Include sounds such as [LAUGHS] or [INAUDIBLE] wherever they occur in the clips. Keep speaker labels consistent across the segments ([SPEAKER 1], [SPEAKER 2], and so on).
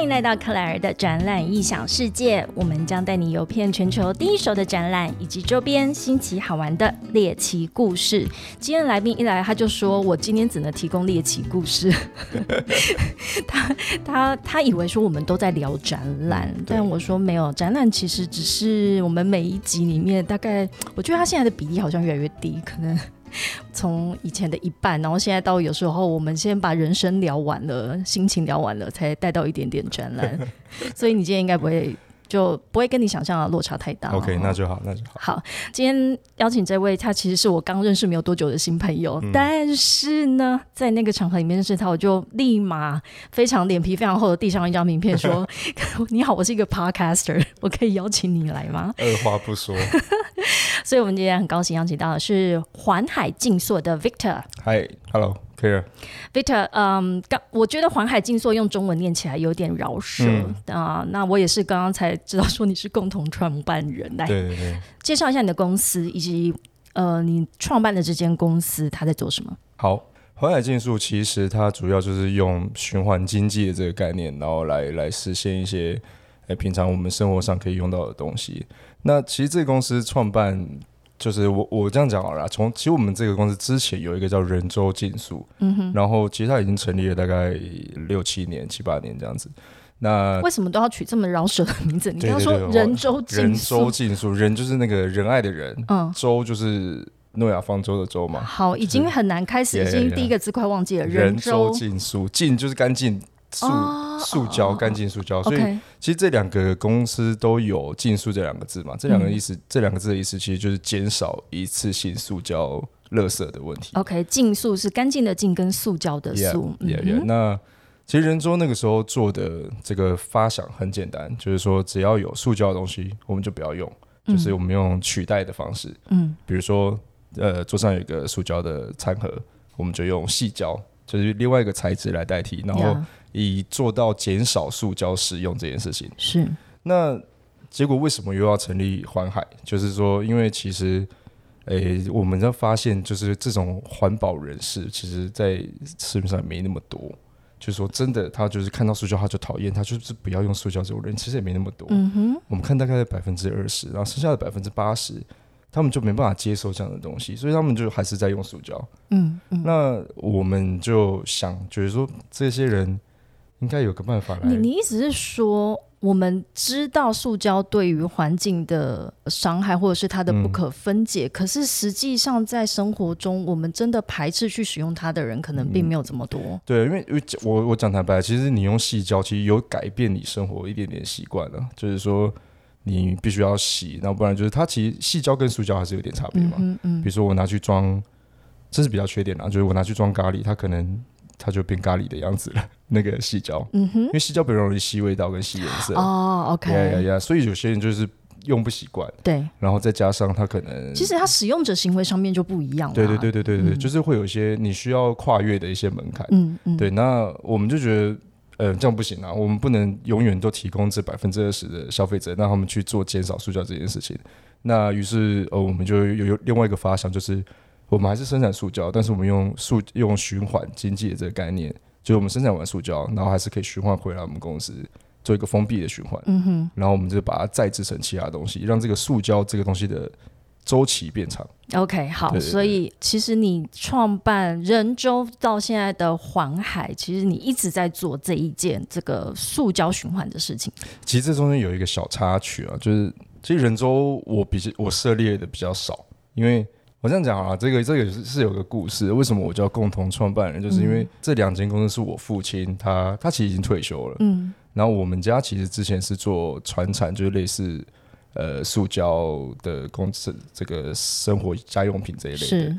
[SPEAKER 1] 迎来到克莱尔的展览异想世界，我们将带你游遍全球第一手的展览以及周边新奇好玩的猎奇故事。今天来宾一来，他就说我今天只能提供猎奇故
[SPEAKER 2] [LAUGHS]
[SPEAKER 1] 事，他他他以为说我们都在聊展览，
[SPEAKER 2] 嗯对
[SPEAKER 1] 但我说没有，展览其实只是我们每一集里面大概，我觉得他现在的比例好像越来越低，可能。 [LAUGHS] 从以前的一半，然后现在到有时候我们先把人生聊完了，心情聊完了，才带到一点点展
[SPEAKER 2] [LAUGHS]
[SPEAKER 1] 览。所以你今天应该不会就不会跟你想象的落差太大哦。
[SPEAKER 2] OK，那就好，那就好。
[SPEAKER 1] 好，今天邀请这位，他其实是我刚认识没有多久的新朋友，但是呢，在那个场合里面认识他，我就立马非常脸皮非常厚的递上一张名片，说：“ [LAUGHS] 你好，我是一个 podcaster，我 [LAUGHS] 可以邀请你来吗？”
[SPEAKER 2] 二话不 [LAUGHS] 说，
[SPEAKER 1] 所以我们今天很高兴邀请到的是环海静坐的 Victor。
[SPEAKER 2] 嗨，Hello，Clear，
[SPEAKER 1] Victor，嗯，刚我觉得环海静坐用中文念起来有点饶舌
[SPEAKER 2] 嗯
[SPEAKER 1] 啊、那我也是刚刚才知道说你是共同创办人，来
[SPEAKER 2] 对对对，
[SPEAKER 1] 介绍一下你的公司以及呃你创办的这间公司它在做什么？
[SPEAKER 2] 好。环海技术其实它主要就是用循环经济的这个概念，然后来来实现一些，哎，平常我们生活上可以用到的东西。那其实这个公司创办，就是我我这样讲好了啦，啊从其实我们这个公司之前有一个叫人州竞速，嗯哼，然后其实它已经成立了大概六七年、七八年这样子。那
[SPEAKER 1] 为什么都要取这么饶舌的名字？你
[SPEAKER 2] 呃对
[SPEAKER 1] 刚刚说
[SPEAKER 2] 对对我
[SPEAKER 1] 人舟
[SPEAKER 2] 人
[SPEAKER 1] 竞
[SPEAKER 2] 州
[SPEAKER 1] 速，
[SPEAKER 2] 竞速，人就是那个仁爱的人，
[SPEAKER 1] 嗯，
[SPEAKER 2] 州就是诺亚方舟的州嘛，
[SPEAKER 1] 好，已经很难开始，
[SPEAKER 2] Yeah,
[SPEAKER 1] 已经
[SPEAKER 2] yeah,
[SPEAKER 1] 第一个字快忘记了，
[SPEAKER 2] 人
[SPEAKER 1] 舟
[SPEAKER 2] 州净塑，净就是干净塑、
[SPEAKER 1] 哦
[SPEAKER 2] 塑胶，干净塑胶。所以
[SPEAKER 1] ，OK，
[SPEAKER 2] 其实这两个公司都有“净塑”这两个字嘛，这两个
[SPEAKER 1] 嗯
[SPEAKER 2] 意思，这两个字的意思其实就是减少一次性塑胶垃圾的问题。
[SPEAKER 1] OK，竞速是干净的净跟塑胶的
[SPEAKER 2] Yeah,
[SPEAKER 1] 塑，
[SPEAKER 2] yeah,
[SPEAKER 1] 嗯
[SPEAKER 2] yeah.
[SPEAKER 1] 哼
[SPEAKER 2] 那其实人州那个时候做的这个发想很简单，就是说只要有塑胶的东西，我们就不要用，就是我们用取代的方式，
[SPEAKER 1] 嗯，
[SPEAKER 2] 比如说呃桌上有一个塑胶的餐盒，我们就用细胶，就是另外一个材质来代替，然后
[SPEAKER 1] yeah，
[SPEAKER 2] 以做到减少塑胶使用这件事情。
[SPEAKER 1] 是，
[SPEAKER 2] 那结果为什么又要成立环海？就是说，因为其实，诶、我们要发现，就是这种环保人士，其实在市面上也没那么多。就是说，真的，他就是看到塑胶他就讨厌，他就是不要用塑胶这种人，其实也没那么多。
[SPEAKER 1] 嗯哼，
[SPEAKER 2] 我们看大概在百分之二十，然后剩下的百分之八十，他们就没办法接受这样的东西，所以他们就还是在用塑胶。
[SPEAKER 1] 嗯嗯。
[SPEAKER 2] 那我们就想，就是说，这些人应该有个办法来。
[SPEAKER 1] 你你意思是说，我们知道塑胶对于环境的伤害，或者是它的不可分解，
[SPEAKER 2] 嗯
[SPEAKER 1] 可是实际上在生活中，我们真的排斥去使用它的人，可能
[SPEAKER 2] 嗯
[SPEAKER 1] 并没有这么多。
[SPEAKER 2] 对，因为因为我我讲坦白，其实你用细胶，其实有改变你生活一点点习惯了，就是说你必须要洗，那不然就是它其实细胶跟塑胶还是有点差别
[SPEAKER 1] 嗯
[SPEAKER 2] 嘛。
[SPEAKER 1] 嗯
[SPEAKER 2] 比
[SPEAKER 1] 嗯
[SPEAKER 2] 如说我拿去装，这是比较缺点啦，就是我拿去装咖喱，它可能它就变咖喱的样子了，那个细胶，
[SPEAKER 1] 嗯
[SPEAKER 2] 因为细胶比较容易吸味道跟吸颜色
[SPEAKER 1] 哼，，哦，OK，
[SPEAKER 2] 呀呀呀，所以有些人就是用不习惯，
[SPEAKER 1] 对，
[SPEAKER 2] 然后再加上它可能
[SPEAKER 1] 其实啊嗯它使用者行为上面就不一样了。
[SPEAKER 2] 对对对，对对对，就是会有一些你需要跨越的一些门槛。
[SPEAKER 1] 嗯嗯，
[SPEAKER 2] 对，那我们就觉得，呃，这样不行啊，我们不能永远都提供这百分之二十的消费者，让他们去做减少塑胶这件事情。那于是，呃，我们就有有另外一个发想，就是我们还是生产塑胶，但是我们用塑用循环经济的这个概念，就是我们生产完塑胶，然后还是可以循环回来我们公司。做一个封闭的循环，嗯哼，然后我们就把它再制成其他东西，让这个塑胶这个东西的周期变长。
[SPEAKER 1] OK，好，
[SPEAKER 2] 对对对
[SPEAKER 1] 所以其实你创办人州到现在的环海，其实你一直在做这一件这个塑胶循环的事情。
[SPEAKER 2] 其实这中间有一个小插曲啊，就是其实人州我比较我涉猎的比较少，因为我这样讲啊，这个这个是是有个故事，为什么我叫共同创办人，就是因
[SPEAKER 1] 嗯
[SPEAKER 2] 为这两间公司是我父亲，他他其实已经退休了，
[SPEAKER 1] 嗯，
[SPEAKER 2] 然后我们家其实之前是做船产，就是类似呃塑胶的公司，这个生活家用品这一类的，
[SPEAKER 1] 是，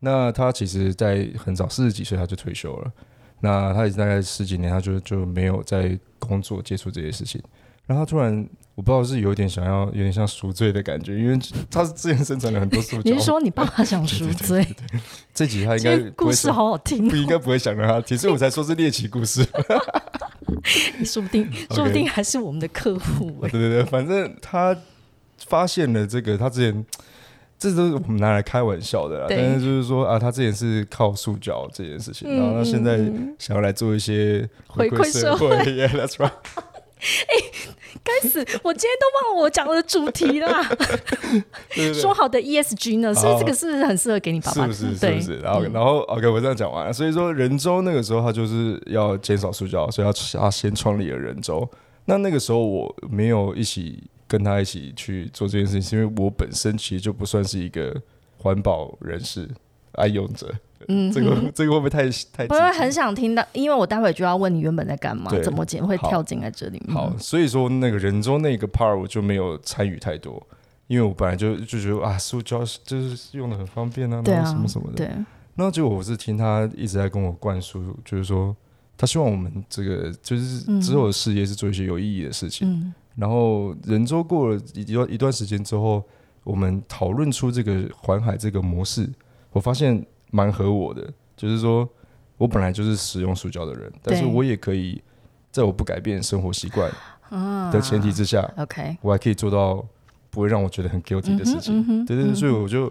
[SPEAKER 2] 那他其实，在很早四十几岁他就退休了，那他已经大概十几年，他就就没有在工作接触这些事情。然后他突然，我不知道是有点想要，有点像赎罪的感觉，因为他之前生产了很多塑
[SPEAKER 1] 你
[SPEAKER 2] 胶。
[SPEAKER 1] 是说你爸爸想赎罪？
[SPEAKER 2] 这集他应
[SPEAKER 1] 今
[SPEAKER 2] 该
[SPEAKER 1] 天
[SPEAKER 2] 不
[SPEAKER 1] 故
[SPEAKER 2] 会
[SPEAKER 1] 事
[SPEAKER 2] 想，
[SPEAKER 1] 好好听
[SPEAKER 2] 不，应该不会想让他听，所以我才说是猎奇故事。
[SPEAKER 1] 说不定，说不定还是
[SPEAKER 2] 哦
[SPEAKER 1] 我们的客户、
[SPEAKER 2] 对对对，反正他发现了这个，他之前这都是我们拿来开玩笑的啦。
[SPEAKER 1] 对
[SPEAKER 2] 但是就是说啊，他之前是靠塑胶这件事情，然后他现在想要来做一些
[SPEAKER 1] 嗯回
[SPEAKER 2] 馈
[SPEAKER 1] 馈
[SPEAKER 2] 社
[SPEAKER 1] 社
[SPEAKER 2] 会，Yeah, that's right。
[SPEAKER 1] 该死，我今天都忘了我讲的主题啦。
[SPEAKER 2] 对对对
[SPEAKER 1] 说好的 ESG 呢？是不
[SPEAKER 2] 好
[SPEAKER 1] 是这个是不是很适合给你爸
[SPEAKER 2] 是
[SPEAKER 1] 爸
[SPEAKER 2] 不
[SPEAKER 1] 听？
[SPEAKER 2] 是？是
[SPEAKER 1] 对嗯
[SPEAKER 2] 不是？然后，然后，OK，我这样讲完了。所以说，人州那个时候他就是要减少塑胶，所以他他先创立了人州。那那个时候我没有一起跟他一起去做这件事情，是因为我本身其实就不算是一个环保人士、爱用者。
[SPEAKER 1] 嗯，
[SPEAKER 2] 这个这个会不会太太？
[SPEAKER 1] 我会很想听到，因为我待会就要问你原本在干嘛
[SPEAKER 2] 对，
[SPEAKER 1] 怎么剪会
[SPEAKER 2] 好
[SPEAKER 1] 跳进来这里面。
[SPEAKER 2] 好，所以说那个人中那个 part 我就没有参与太多，因为我本来就就觉得啊，塑胶是就是用的很方便啊，
[SPEAKER 1] 对
[SPEAKER 2] 然
[SPEAKER 1] 啊，
[SPEAKER 2] 后什么什么的。
[SPEAKER 1] 对，
[SPEAKER 2] 那结果我是听他一直在跟我灌输，就是说他希望我们这个就是
[SPEAKER 1] 嗯
[SPEAKER 2] 之后的事业是做一些有意义的事情。
[SPEAKER 1] 嗯
[SPEAKER 2] 然后人周过了一段一段时间之后，我们讨论出这个环海这个模式，我发现蛮合我的。就是说我本来就是使用塑胶的人，但是
[SPEAKER 1] 对
[SPEAKER 2] 我也可以在我不改变生活习惯
[SPEAKER 1] 啊
[SPEAKER 2] 的前提之下，
[SPEAKER 1] ，OK，
[SPEAKER 2] 我还可以做到不会让我觉得很 guilty 的事情。
[SPEAKER 1] 嗯哼
[SPEAKER 2] 对对对，所以我就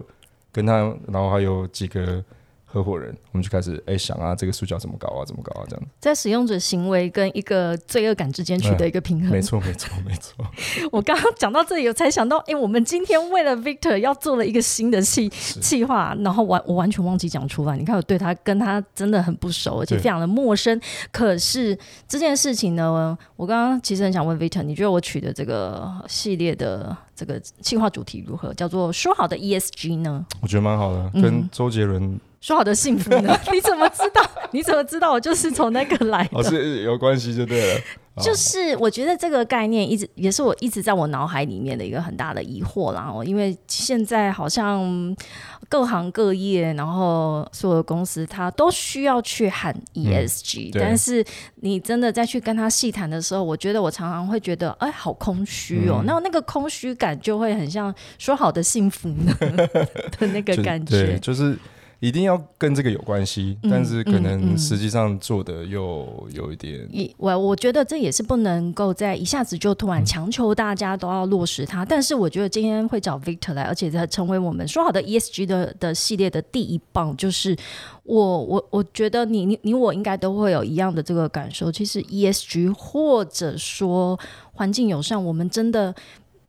[SPEAKER 2] 跟他，然后还有几个合伙人，我们就开始哎想啊，这个塑胶怎么搞啊，怎么搞
[SPEAKER 1] [LAUGHS]
[SPEAKER 2] 啊，这样。
[SPEAKER 1] 在使用者行为跟一个罪恶感之间取得一个平衡。
[SPEAKER 2] 没错，没错，没
[SPEAKER 1] [LAUGHS]
[SPEAKER 2] 错，
[SPEAKER 1] 我刚刚讲到这里，我才想到，诶，我们今天为了 Victor 要做了一个新的企
[SPEAKER 2] 是
[SPEAKER 1] 企划，然后完我完全忘记讲出来。你看，我对他跟他真的很不熟，而且
[SPEAKER 2] 对
[SPEAKER 1] 非常的陌生。可是这件事情呢，我刚刚其实很想问 Victor，你觉得我取的这个系列的这个企划主题如何？叫做“说好的 ESG” 呢？
[SPEAKER 2] 我觉得蛮好的，
[SPEAKER 1] 嗯
[SPEAKER 2] 跟周杰
[SPEAKER 1] [LAUGHS]
[SPEAKER 2] 伦
[SPEAKER 1] 说好的幸福
[SPEAKER 2] [LAUGHS]
[SPEAKER 1] 呢？你怎么知道？你怎么知道我就是从那个来的？
[SPEAKER 2] 哦是有关系就
[SPEAKER 1] [LAUGHS]
[SPEAKER 2] 对了。好
[SPEAKER 1] 就是我觉得这个概念一直也是我一直在我脑海里面的一个很大的疑惑啦。哦，因为现在好像各行各业，然后所有的公司它都需要去喊 ESG，、
[SPEAKER 2] 嗯对
[SPEAKER 1] 但是你真的再去跟他细谈的时候，我觉得我常常会觉得，哎，好空虚哦。
[SPEAKER 2] 嗯
[SPEAKER 1] 那、那个空虚感就会很像说好的幸福呢 [LAUGHS] 的那个
[SPEAKER 2] 就
[SPEAKER 1] 感
[SPEAKER 2] 对，
[SPEAKER 1] 觉。
[SPEAKER 2] 就是一定要跟这个有关系，
[SPEAKER 1] 嗯
[SPEAKER 2] 但是可
[SPEAKER 1] 嗯
[SPEAKER 2] 能
[SPEAKER 1] 嗯
[SPEAKER 2] 实际上做的又有一点
[SPEAKER 1] 一我我觉得这也是不能够在一下子就突
[SPEAKER 2] 嗯
[SPEAKER 1] 然强求大家都要落实它，但是我觉得今天会找 Victor 来，而且他成为我们说好的 ESG 的的系列的第一棒，就是我我我觉得你你你我应该都会有一样的这个感受。其实 ESG 或者说环境友善，我们真的。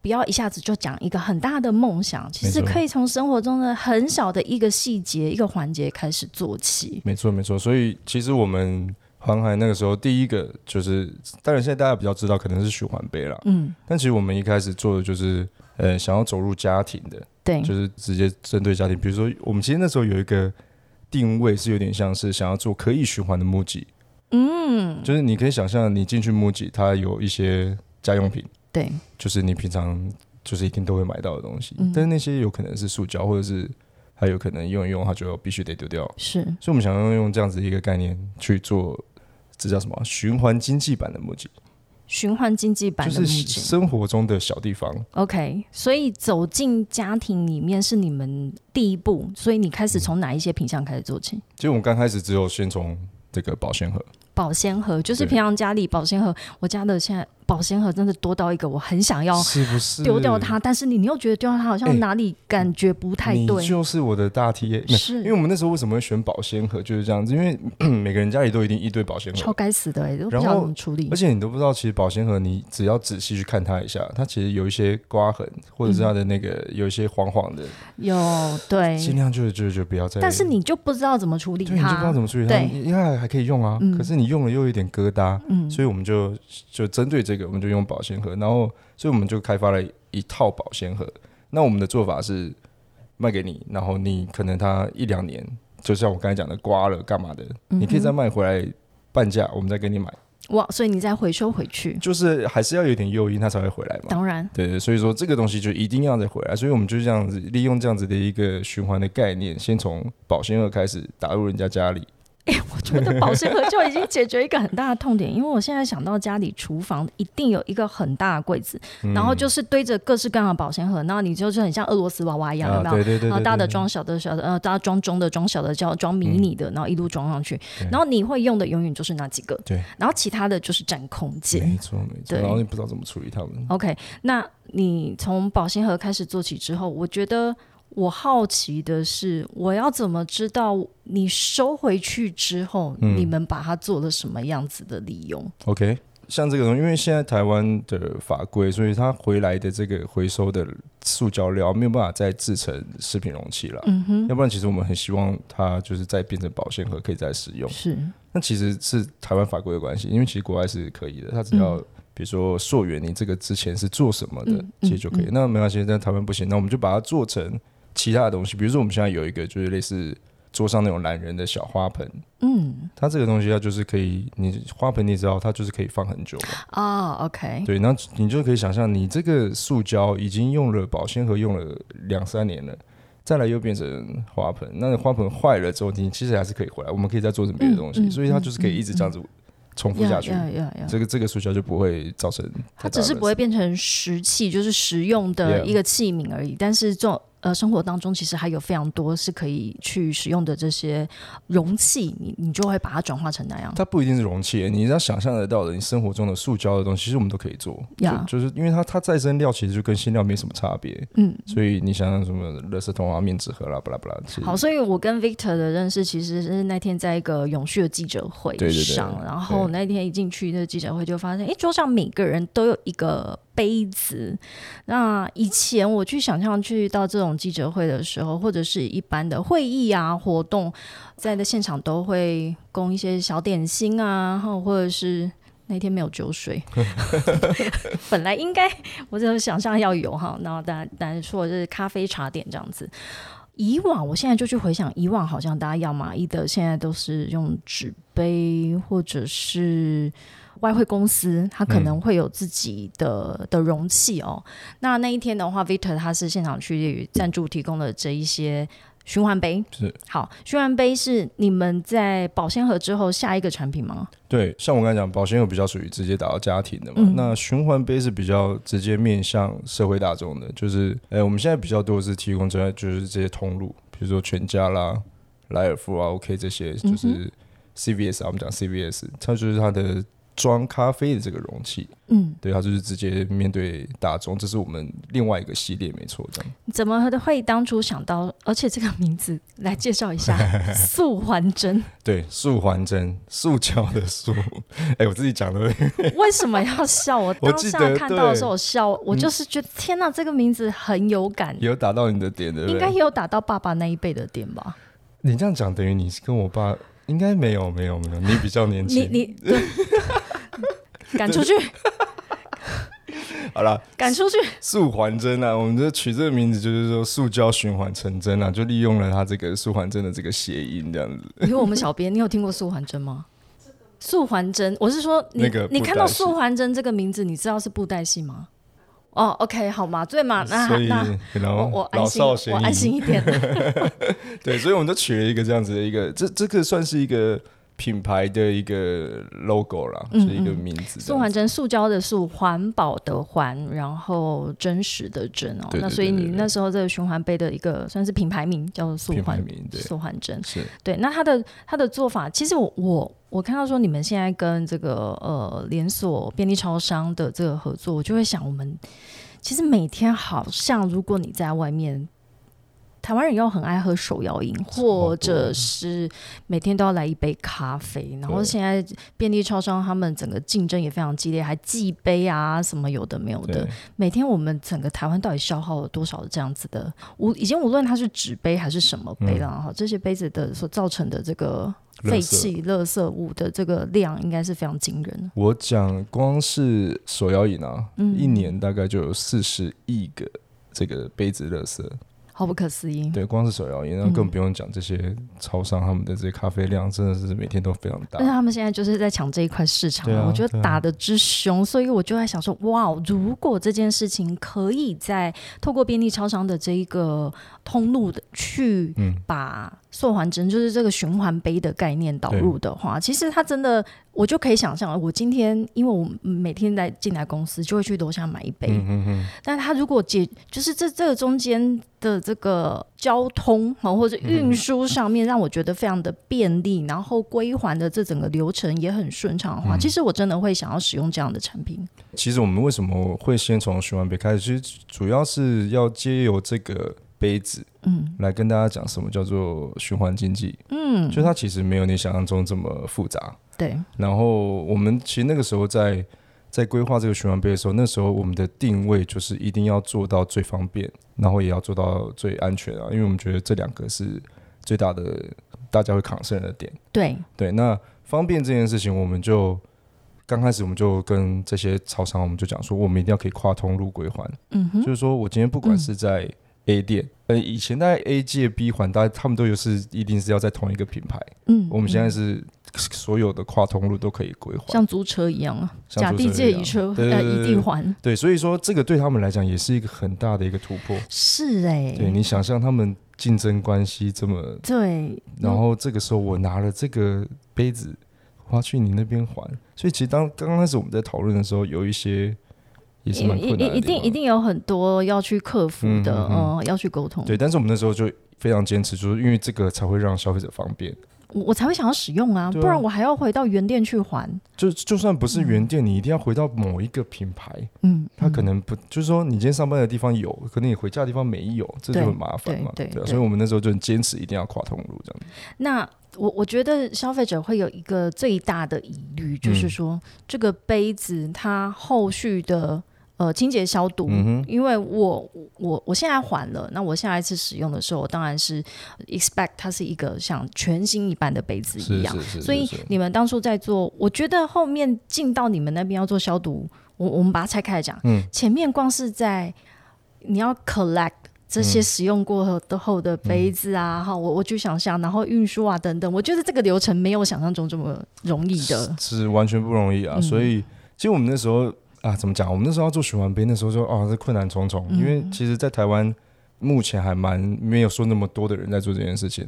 [SPEAKER 1] 不要一下子就讲一个很大的梦想，其实
[SPEAKER 2] 没错
[SPEAKER 1] 可以从生活中的很小的一个细节、一个环节开始做起。
[SPEAKER 2] 没错，没错。所以其实我们环海那个时候，第一个就是，当然现在大家比较知道可能是循环杯啦，
[SPEAKER 1] 嗯，
[SPEAKER 2] 但其实我们一开始做的就是，呃，想要走入家庭的，
[SPEAKER 1] 对，
[SPEAKER 2] 就是直接针对家庭。比如说，我们其实那时候有一个定位是有点像是想要做可以循环的木屐，
[SPEAKER 1] 嗯，
[SPEAKER 2] 就是你可以想象你进去木屐，它有一些家用品，
[SPEAKER 1] 对，
[SPEAKER 2] 就是你平常就是一定都会买到的东西，
[SPEAKER 1] 嗯
[SPEAKER 2] 但是那些有可能是塑胶，或者是还有可能用一用它就必须得丢掉。
[SPEAKER 1] 是，
[SPEAKER 2] 所以我们想要用这样子一个概念去做，这叫什么啊？循环经济版的木屐，
[SPEAKER 1] 循环经济版
[SPEAKER 2] 就
[SPEAKER 1] 的
[SPEAKER 2] 是
[SPEAKER 1] 木屐。
[SPEAKER 2] 生活中的小地方。
[SPEAKER 1] OK，所以走进家庭里面是你们第一步，所以你开始从哪一些品相开始做起？
[SPEAKER 2] 其实我们刚开始只有先从这个保鲜盒，
[SPEAKER 1] 保鲜盒就是
[SPEAKER 2] 对
[SPEAKER 1] 平常家里保鲜盒，我家的现在保鲜盒真的多到一个我很想要
[SPEAKER 2] 是不是
[SPEAKER 1] 哦丢掉它，但是你你又觉得丢掉它好
[SPEAKER 2] 哎
[SPEAKER 1] 像哪里感觉不太对
[SPEAKER 2] 你，就是我的大 T A。没有因为
[SPEAKER 1] 是
[SPEAKER 2] 我们那时候为什么会选保鲜盒，就是这样子，因为 [CLEARS THROAT] 每个人家里都一定一堆保鲜
[SPEAKER 1] 超
[SPEAKER 2] 盒，
[SPEAKER 1] 该死的、欸，都不
[SPEAKER 2] 然
[SPEAKER 1] 知道
[SPEAKER 2] 后
[SPEAKER 1] 怎么处理
[SPEAKER 2] 而。且你都不知道，其实保鲜盒你只要仔细去看它一下，它其实有一些刮痕，或者是它的那个有一些黄黄的，
[SPEAKER 1] 有对，
[SPEAKER 2] 尽量就就就不要再。
[SPEAKER 1] 哎但是你就不知道怎么处理
[SPEAKER 2] 对，你就不知道
[SPEAKER 1] 它
[SPEAKER 2] 怎。么处理它，
[SPEAKER 1] 对
[SPEAKER 2] 因为还可以用啊，
[SPEAKER 1] 嗯
[SPEAKER 2] 可是你用了又有一点疙瘩，
[SPEAKER 1] 嗯
[SPEAKER 2] 所以我们就就针对这个，我们就用保鲜盒，然后所以我们就开发了一套保鲜盒。那我们的做法是卖给你，然后你可能它一两年，就像我刚才讲的刮了干嘛的，
[SPEAKER 1] 嗯
[SPEAKER 2] 你可以再卖回来半价，我们再给你买，
[SPEAKER 1] 哇，所以你再回收回去，
[SPEAKER 2] 就是还是要有点诱因，它才会回来嘛。
[SPEAKER 1] 当然
[SPEAKER 2] 对对，所以说这个东西就一定要再回来，所以我们就这样子利用这样子的一个循环的概念，先从保鲜盒开始打入人家家里，
[SPEAKER 1] [LAUGHS] 我觉得保鲜盒就已经解决一个很大的痛点，因为我现在想到家里厨房一定有一个很大的柜子，然后就是堆着各式各样的保鲜盒，然后你就是很像俄罗斯娃娃一样，有没
[SPEAKER 2] 啊，对
[SPEAKER 1] 有？
[SPEAKER 2] 对对
[SPEAKER 1] 然后
[SPEAKER 2] 对
[SPEAKER 1] 大的
[SPEAKER 2] 对嗯
[SPEAKER 1] 装小的，小的呃，大的装中的装小的，叫装迷你的，然后一路装上去，然后你会用的永远就是那几个，
[SPEAKER 2] 对，
[SPEAKER 1] 然后其他的就是占空间
[SPEAKER 2] 没。错没错，
[SPEAKER 1] 对
[SPEAKER 2] 然后你不知道怎么处理它们，
[SPEAKER 1] OK，那你从保鲜盒开始做起之后，我觉得我好奇的是，我要怎么知道你收回去之后，
[SPEAKER 2] 嗯
[SPEAKER 1] 你们把它做了什么样子的利用？
[SPEAKER 2] OK，像这个东西，因为现在台湾的法规，所以它回来的这个回收的塑胶料没有办法再制成食品容器了。
[SPEAKER 1] 嗯哼，
[SPEAKER 2] 要不然，其实我们很希望它就是再变成保鲜盒，可以再使用。
[SPEAKER 1] 是，
[SPEAKER 2] 那其实是台湾法规的关系，因为其实国外是可以的，它只要、比如说溯源你这个之前是做什么的，
[SPEAKER 1] 嗯
[SPEAKER 2] 其实就可以。那没关系，但台湾不行，那我们就把它做成其他的东西，比如说我们现在有一个就是类似桌上那种懒人的小花盆，
[SPEAKER 1] 嗯
[SPEAKER 2] 它这个东西它就是可以，你花盆你知道它就是可以放很久嘛，
[SPEAKER 1] [LAUGHS] 啊，OK，
[SPEAKER 2] 对，那你就可以想象，你这个塑胶已经用了保鲜盒用了两三年了，再来又变成花盆，那花盆坏了之后，你其实还是可以回来，我们可以再做成别的东西，
[SPEAKER 1] 嗯嗯
[SPEAKER 2] 所以它就是可以一直这样子重复下去。
[SPEAKER 1] 呀呀呀！
[SPEAKER 2] 这个这个塑胶就不会造成太
[SPEAKER 1] 它
[SPEAKER 2] 大的
[SPEAKER 1] 只是不会变成食器，就是食用的
[SPEAKER 2] Yeah
[SPEAKER 1] 一个器皿而已。但是这种呃生活当中，其实还有非常多是可以去使用的这些容器，你你就会把它转化成那样。
[SPEAKER 2] 它不一定是容器，你要想象得到的，你生活中的塑胶的东西，其实我们都可以做。
[SPEAKER 1] Yeah
[SPEAKER 2] 就就是因为它它再生料其实就跟新料没什么差别，
[SPEAKER 1] 嗯，
[SPEAKER 2] 所以你想想什么垃圾桶啊、面纸盒啦、巴拉巴拉，其实
[SPEAKER 1] 好，所以我跟 Victor 的认识其实是那天在一个永续的记者会
[SPEAKER 2] 对对对
[SPEAKER 1] 上，然后那天一进去那个记者会就发现，诶，桌上每个人都有一个杯子。那以前我去想象去到这种记者会的时候，或者是一般的会议啊活动，在的现场都会供一些小点心啊，然后或者是。那天没有酒水， [LAUGHS] 本来应该我只是想象要有哈，然后大家大家说就是咖啡茶点这样子，以往，我现在就去回想，以往好像大家要马一的，现在都是用纸杯或者是外汇公司，它可能会有自己的、的容器哦。那那一天的话，Victor 他是现场去赞助提供了这一些。循环杯
[SPEAKER 2] 是
[SPEAKER 1] 好，循环杯是你们在保鲜盒之后下一个产品吗？
[SPEAKER 2] 对，像我刚才讲，保鲜盒比较属于直接打到家庭的嘛，
[SPEAKER 1] 嗯
[SPEAKER 2] 那循环杯是比较直接面向社会大众的，就是，呃，我们现在比较多的是提供这就是这些通路，比如说全家啦、莱尔富啊、OK 这些，就
[SPEAKER 1] 嗯
[SPEAKER 2] 是 CVS 啊，我们讲 CVS，它就是它的装咖啡的这个容器，
[SPEAKER 1] 嗯，
[SPEAKER 2] 对，它就是直接面对大众，这是我们另外一个系列，没错，这样。
[SPEAKER 1] 怎么会当初想到？而且这个名字来介绍一下，素环针
[SPEAKER 2] 对，塑环针，塑胶的 [LAUGHS] 塑，哎、我自己讲的，
[SPEAKER 1] 为什么要笑？
[SPEAKER 2] [LAUGHS]
[SPEAKER 1] 我
[SPEAKER 2] 我
[SPEAKER 1] 当
[SPEAKER 2] 记
[SPEAKER 1] 下
[SPEAKER 2] 得
[SPEAKER 1] 看到的时
[SPEAKER 2] 对嗯
[SPEAKER 1] 候，我笑，我就是觉得、天哪，这个名字很有感，
[SPEAKER 2] [LAUGHS] 有打到你的点，对不对？
[SPEAKER 1] 应该也有打到爸爸那一辈的点吧？
[SPEAKER 2] 你这样讲等于你是跟我爸应该没有没有没有，你比较年
[SPEAKER 1] 你
[SPEAKER 2] 轻。 [LAUGHS]
[SPEAKER 1] 你对赶出去，
[SPEAKER 2] 好啦，
[SPEAKER 1] 赶出去！
[SPEAKER 2] 塑环针啊，我们这取这个名字就是说塑胶循环成真啊，就利用了它这个塑环针的这个谐音这样子。
[SPEAKER 1] 因为我们小编，你有听过素环针吗？素环针，我是说你，
[SPEAKER 2] 那个
[SPEAKER 1] 你
[SPEAKER 2] 布袋
[SPEAKER 1] 看到
[SPEAKER 2] 戏
[SPEAKER 1] 素环针这个名字，你知道是布袋戏吗？哦，OK，好嘛，对嘛，那
[SPEAKER 2] 所以
[SPEAKER 1] 那
[SPEAKER 2] 然
[SPEAKER 1] 我
[SPEAKER 2] 后
[SPEAKER 1] 我安
[SPEAKER 2] 老
[SPEAKER 1] 心，
[SPEAKER 2] 少咸
[SPEAKER 1] 我安
[SPEAKER 2] 宜，
[SPEAKER 1] 心一点。
[SPEAKER 2] 对，所以我们就取了一个这样子的一个，这这个算是一个品牌的一个 logo 啦，
[SPEAKER 1] 嗯
[SPEAKER 2] 是一个名字这
[SPEAKER 1] 素
[SPEAKER 2] 样
[SPEAKER 1] 环
[SPEAKER 2] 子。
[SPEAKER 1] 针，塑胶的塑，环保的环，然后真实的真哦。
[SPEAKER 2] 对对
[SPEAKER 1] 那
[SPEAKER 2] 对
[SPEAKER 1] 所以
[SPEAKER 2] 对
[SPEAKER 1] 你
[SPEAKER 2] 对
[SPEAKER 1] 那时候这个循环杯的一个算是品牌名叫做塑
[SPEAKER 2] 品牌
[SPEAKER 1] 环
[SPEAKER 2] 名对
[SPEAKER 1] 塑环针。
[SPEAKER 2] 是
[SPEAKER 1] 对，那它的它的做法，其实我我我看到说你们现在跟这个呃连锁便利超商的这个合作，我就会想，我们其实每天好像如果你在外面。台湾人又很爱喝手摇饮，或者是每天都要来一杯咖啡。然后
[SPEAKER 2] 嗯对
[SPEAKER 1] 现在便利超商他们整个竞争也非常激烈，还寄杯啊什么有的没有的
[SPEAKER 2] 对。，
[SPEAKER 1] 每天我们整个台湾到底消耗了多少这样子的？无已经无论它是纸杯还是什么杯了
[SPEAKER 2] 嗯
[SPEAKER 1] 哈、这些杯子的所造成的这个废
[SPEAKER 2] 垃圾
[SPEAKER 1] 气、垃圾物的这个量，应该是非常惊人。
[SPEAKER 2] 我讲光是手摇饮啊，
[SPEAKER 1] 嗯
[SPEAKER 2] 一年大概就有四十亿个这个杯子垃圾。
[SPEAKER 1] 好不可思议，
[SPEAKER 2] 对，光是手摇饮，那更不用讲这些超商他们的这些咖啡量，真的是每天都非常大
[SPEAKER 1] 但。是他们现在就是在抢这一块市场、
[SPEAKER 2] 啊对啊
[SPEAKER 1] 我觉
[SPEAKER 2] 对
[SPEAKER 1] 得
[SPEAKER 2] 啊
[SPEAKER 1] 打的之凶，所以我就在想说，哇，如果这件事情可以在透过便利超商的这一个通路的去
[SPEAKER 2] 嗯，
[SPEAKER 1] 把塑环针，就是这个循环杯的概念导入的话，其实它真的，我就可以想象，我今天因为我每天来进来公司就会去楼下买一杯，
[SPEAKER 2] 嗯嗯嗯，
[SPEAKER 1] 但它如果解就是这这个中间的这个交通哦或者运输上
[SPEAKER 2] 嗯
[SPEAKER 1] 面，让我觉得非常的便利，然后归还的这整个流程也很顺畅的话，
[SPEAKER 2] 嗯
[SPEAKER 1] 其实我真的会想要使用这样的产品。
[SPEAKER 2] 其实我们为什么会先从循环杯开始？其实主要是要借由这个杯子
[SPEAKER 1] 嗯
[SPEAKER 2] 来跟大家讲什么叫做循环经济，
[SPEAKER 1] 嗯，
[SPEAKER 2] 就它其实没有你想象中这么复杂。
[SPEAKER 1] 对，
[SPEAKER 2] 然后我们其实那个时候在在规划这个循环杯的时候，那时候我们的定位就是一定要做到最方便，然后也要做到最安全啊，因为我们觉得这两个是最大的大家会 concern 的点。
[SPEAKER 1] 对，
[SPEAKER 2] 对，那方便这件事情，我们就刚开始我们就跟这些超商，我们就讲说，我们一定要可以跨通路归还，
[SPEAKER 1] 嗯
[SPEAKER 2] 就
[SPEAKER 1] 哼，
[SPEAKER 2] 是说我今天不管是在 A 店，呃，以前在 A 界 B 环，大家他们都有是一定是要在同一个品牌，
[SPEAKER 1] 嗯，
[SPEAKER 2] 我们现在
[SPEAKER 1] 嗯
[SPEAKER 2] 是所有的跨通路都可以归还，
[SPEAKER 1] 像租车一样啊，
[SPEAKER 2] 像
[SPEAKER 1] 甲
[SPEAKER 2] 租
[SPEAKER 1] 地
[SPEAKER 2] 车
[SPEAKER 1] 借
[SPEAKER 2] 一样
[SPEAKER 1] 乙车，
[SPEAKER 2] 对
[SPEAKER 1] 呃，
[SPEAKER 2] 对
[SPEAKER 1] 乙
[SPEAKER 2] 对
[SPEAKER 1] 地
[SPEAKER 2] 对
[SPEAKER 1] 还
[SPEAKER 2] 对，所以说这个对他们来讲也是一个很大的一个突破。
[SPEAKER 1] 是哎，
[SPEAKER 2] 对你想象他们竞争关系这么，
[SPEAKER 1] 对，
[SPEAKER 2] 然后这个时候我拿了这个杯子，花去你那边还。所以其实当刚开始我们在讨论的时候，有一些也是
[SPEAKER 1] 一
[SPEAKER 2] 蛮困难的
[SPEAKER 1] 一一定
[SPEAKER 2] 地方
[SPEAKER 1] 一定有很多要去克服的，
[SPEAKER 2] 嗯嗯
[SPEAKER 1] 嗯，要去沟通。
[SPEAKER 2] 对，但是我们那时候就非常坚持，就是因为这个才会让消费者方便。
[SPEAKER 1] 我我才会想要使用啊，
[SPEAKER 2] 对啊
[SPEAKER 1] 不然我还要回到原店去还。
[SPEAKER 2] 就就算不是原店，你一定要回到某一个品牌，
[SPEAKER 1] 嗯，
[SPEAKER 2] 它可
[SPEAKER 1] 嗯
[SPEAKER 2] 能不就是说你今天上班的地方有，可能你回家的地方没有，这就
[SPEAKER 1] 对
[SPEAKER 2] 很麻烦嘛。
[SPEAKER 1] 对对对
[SPEAKER 2] 啊，所以我们那时候就很坚持一定要跨通路这样。
[SPEAKER 1] 那我我觉得消费者会有一个最大的疑虑，就是
[SPEAKER 2] 嗯
[SPEAKER 1] 说、这个杯子它后续的呃清洁消毒，
[SPEAKER 2] 嗯哼
[SPEAKER 1] 因为我我我现在还了，那我下一次使用的时候，我当然是呃 expect 它是一个像全新一般的杯子一样。
[SPEAKER 2] 是
[SPEAKER 1] 所以
[SPEAKER 2] 是
[SPEAKER 1] 你们当初在做，我觉得后面进到你们那边要做消毒，我我们把它拆开来讲。
[SPEAKER 2] 嗯
[SPEAKER 1] 前面光是在你要 collect 这些使用过的后的杯子
[SPEAKER 2] 嗯
[SPEAKER 1] 啊，哈、我我去想象，然后运输啊等等，我觉得这个流程没有想象中这么容易的。
[SPEAKER 2] 是完全不容易啊。
[SPEAKER 1] 嗯
[SPEAKER 2] 所以其实我们那时候啊，怎么讲？我们那时候要做循环杯，那时候就啊，这困难重
[SPEAKER 1] 嗯
[SPEAKER 2] 重，因为其实，在台湾目前还蛮没有说那么多的人在做这件事情，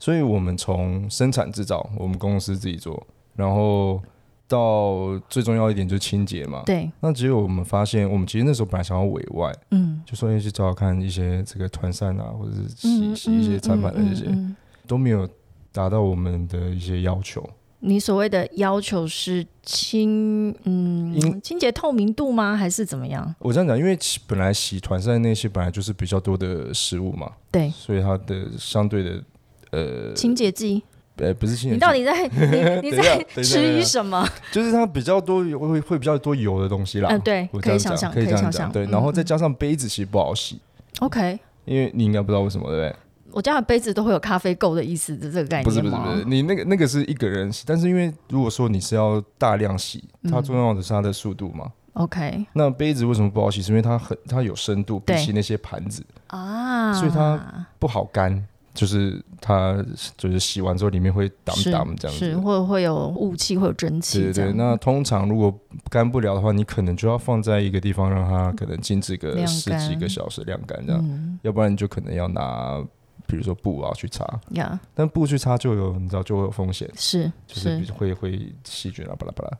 [SPEAKER 2] 所以我们从生产制造，我们公司自己做，然后到最重要一点就是清洁嘛。
[SPEAKER 1] 对，
[SPEAKER 2] 那只有我们发现，我们其实那时候本来想要委外，
[SPEAKER 1] 嗯，
[SPEAKER 2] 就说要去找找看一些这个团扇啊，或者是洗
[SPEAKER 1] 嗯
[SPEAKER 2] 洗一些餐盘的这些，
[SPEAKER 1] 嗯嗯嗯嗯
[SPEAKER 2] 都没有达到我们的一些要求。
[SPEAKER 1] 你所谓的要求是清，嗯，
[SPEAKER 2] 因
[SPEAKER 1] 清洁透明度吗？还是怎么样？
[SPEAKER 2] 我这样讲，因为其本来洗团扇那些本来就是比较多的食物嘛，
[SPEAKER 1] 对，
[SPEAKER 2] 所以它的相对的呃
[SPEAKER 1] 清洁剂，
[SPEAKER 2] 呃不是清洁
[SPEAKER 1] 你
[SPEAKER 2] 剂，
[SPEAKER 1] 到底在你你
[SPEAKER 2] [LAUGHS] 等一
[SPEAKER 1] 在
[SPEAKER 2] 下等一下
[SPEAKER 1] 吃于什么？
[SPEAKER 2] 就是它比较多会会比较多油的东西啦。
[SPEAKER 1] 嗯，对，
[SPEAKER 2] 我这
[SPEAKER 1] 可以
[SPEAKER 2] 样
[SPEAKER 1] 想
[SPEAKER 2] 讲，
[SPEAKER 1] 象，
[SPEAKER 2] 可以这
[SPEAKER 1] 想
[SPEAKER 2] 样
[SPEAKER 1] 象。
[SPEAKER 2] 讲，对。
[SPEAKER 1] 嗯
[SPEAKER 2] 然后再
[SPEAKER 1] 嗯
[SPEAKER 2] 加上杯子其实不好洗，
[SPEAKER 1] OK，
[SPEAKER 2] 因为你应该不知道为什么，对不对？
[SPEAKER 1] 我家的杯子都会有咖啡垢的意思的这个概念
[SPEAKER 2] 不是不是
[SPEAKER 1] 吗
[SPEAKER 2] 不是，你那个那个是一个人洗，但是因为如果说你是要大量洗，它
[SPEAKER 1] 嗯
[SPEAKER 2] 重要的是它的速度嘛。
[SPEAKER 1] OK
[SPEAKER 2] 那杯子为什么不好洗？是因为它很它有深度，比
[SPEAKER 1] 对
[SPEAKER 2] 起那些盘子
[SPEAKER 1] 啊，
[SPEAKER 2] 所以它不好干，就是它就是洗完之后里面会挡
[SPEAKER 1] 是
[SPEAKER 2] 挡这样
[SPEAKER 1] 是
[SPEAKER 2] 子。
[SPEAKER 1] 会会有雾气，会有蒸
[SPEAKER 2] 对
[SPEAKER 1] 气
[SPEAKER 2] 对
[SPEAKER 1] 这样，
[SPEAKER 2] 对，那通常如果干不了的话，你可能就要放在一个地方，让它可能静置个
[SPEAKER 1] 晾
[SPEAKER 2] 十
[SPEAKER 1] 干
[SPEAKER 2] 几个小时晾干这样，
[SPEAKER 1] 嗯
[SPEAKER 2] 要不然你就可能要拿，比如说布啊去擦，
[SPEAKER 1] 呀
[SPEAKER 2] 但布去擦就有你知道就会有风险，
[SPEAKER 1] 是
[SPEAKER 2] 就是
[SPEAKER 1] 是
[SPEAKER 2] 比会会细菌啊巴拉巴拉，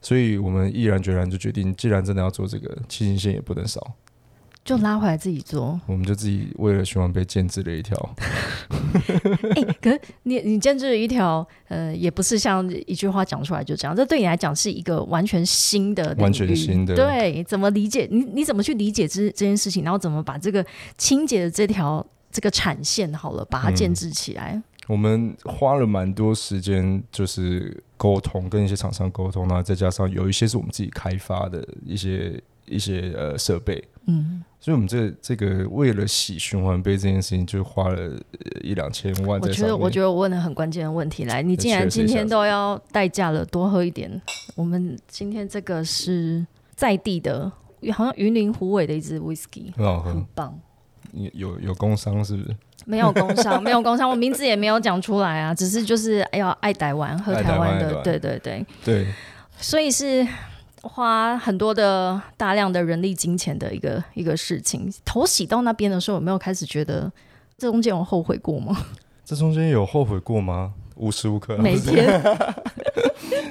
[SPEAKER 2] 所以我们毅然决然就决定，既然真的要做这个，清新线也不能少，
[SPEAKER 1] 就拉回来自己做。
[SPEAKER 2] 我们就自己为了循环杯建制了一条，
[SPEAKER 1] 哎，可是你你建制了一条呃，也不是像一句话讲出来就这样，这对你来讲是一个完全新的领域
[SPEAKER 2] 完全新的
[SPEAKER 1] 对，怎么理解？你你怎么去理解这这件事情？然后怎么把这个清洁的这条这个产线好了，把它
[SPEAKER 2] 嗯
[SPEAKER 1] 建制起来？
[SPEAKER 2] 我们花了蛮多时间，就是沟通，跟一些厂商沟通，然后再加上有一些是我们自己开发的一些一些呃设备，
[SPEAKER 1] 嗯，
[SPEAKER 2] 所以我们这这个为了洗循环杯这件事情，就花了呃一两千万
[SPEAKER 1] 我
[SPEAKER 2] 在
[SPEAKER 1] 觉
[SPEAKER 2] 上面。
[SPEAKER 1] 得，
[SPEAKER 2] 呃
[SPEAKER 1] 我觉得我问了很关键的问题。来，你既然
[SPEAKER 2] Cheers
[SPEAKER 1] 今
[SPEAKER 2] 一下
[SPEAKER 1] 天都要代驾了，多喝一点。我们今天这个是在地的，好像云林虎尾的一支 whisky，
[SPEAKER 2] 很好
[SPEAKER 1] 很
[SPEAKER 2] 喝，
[SPEAKER 1] 棒。
[SPEAKER 2] 你有有工伤是不是？
[SPEAKER 1] 没有工商，没有工商，我名字也没有讲出来啊，只是就是要爱台湾，喝
[SPEAKER 2] 爱
[SPEAKER 1] 台
[SPEAKER 2] 台湾
[SPEAKER 1] 湾
[SPEAKER 2] 爱台
[SPEAKER 1] 的，
[SPEAKER 2] 湾
[SPEAKER 1] 对对对，
[SPEAKER 2] 对，
[SPEAKER 1] 所以是花很多的大量的人力金钱的一个一个事情。头洗到那边的时候，有没有开始觉得这中间有后悔过吗？
[SPEAKER 2] 这中间有后悔过吗？无时无刻、啊、
[SPEAKER 1] 每
[SPEAKER 2] 不是
[SPEAKER 1] 天，
[SPEAKER 2] [LAUGHS]
[SPEAKER 1] [LAUGHS]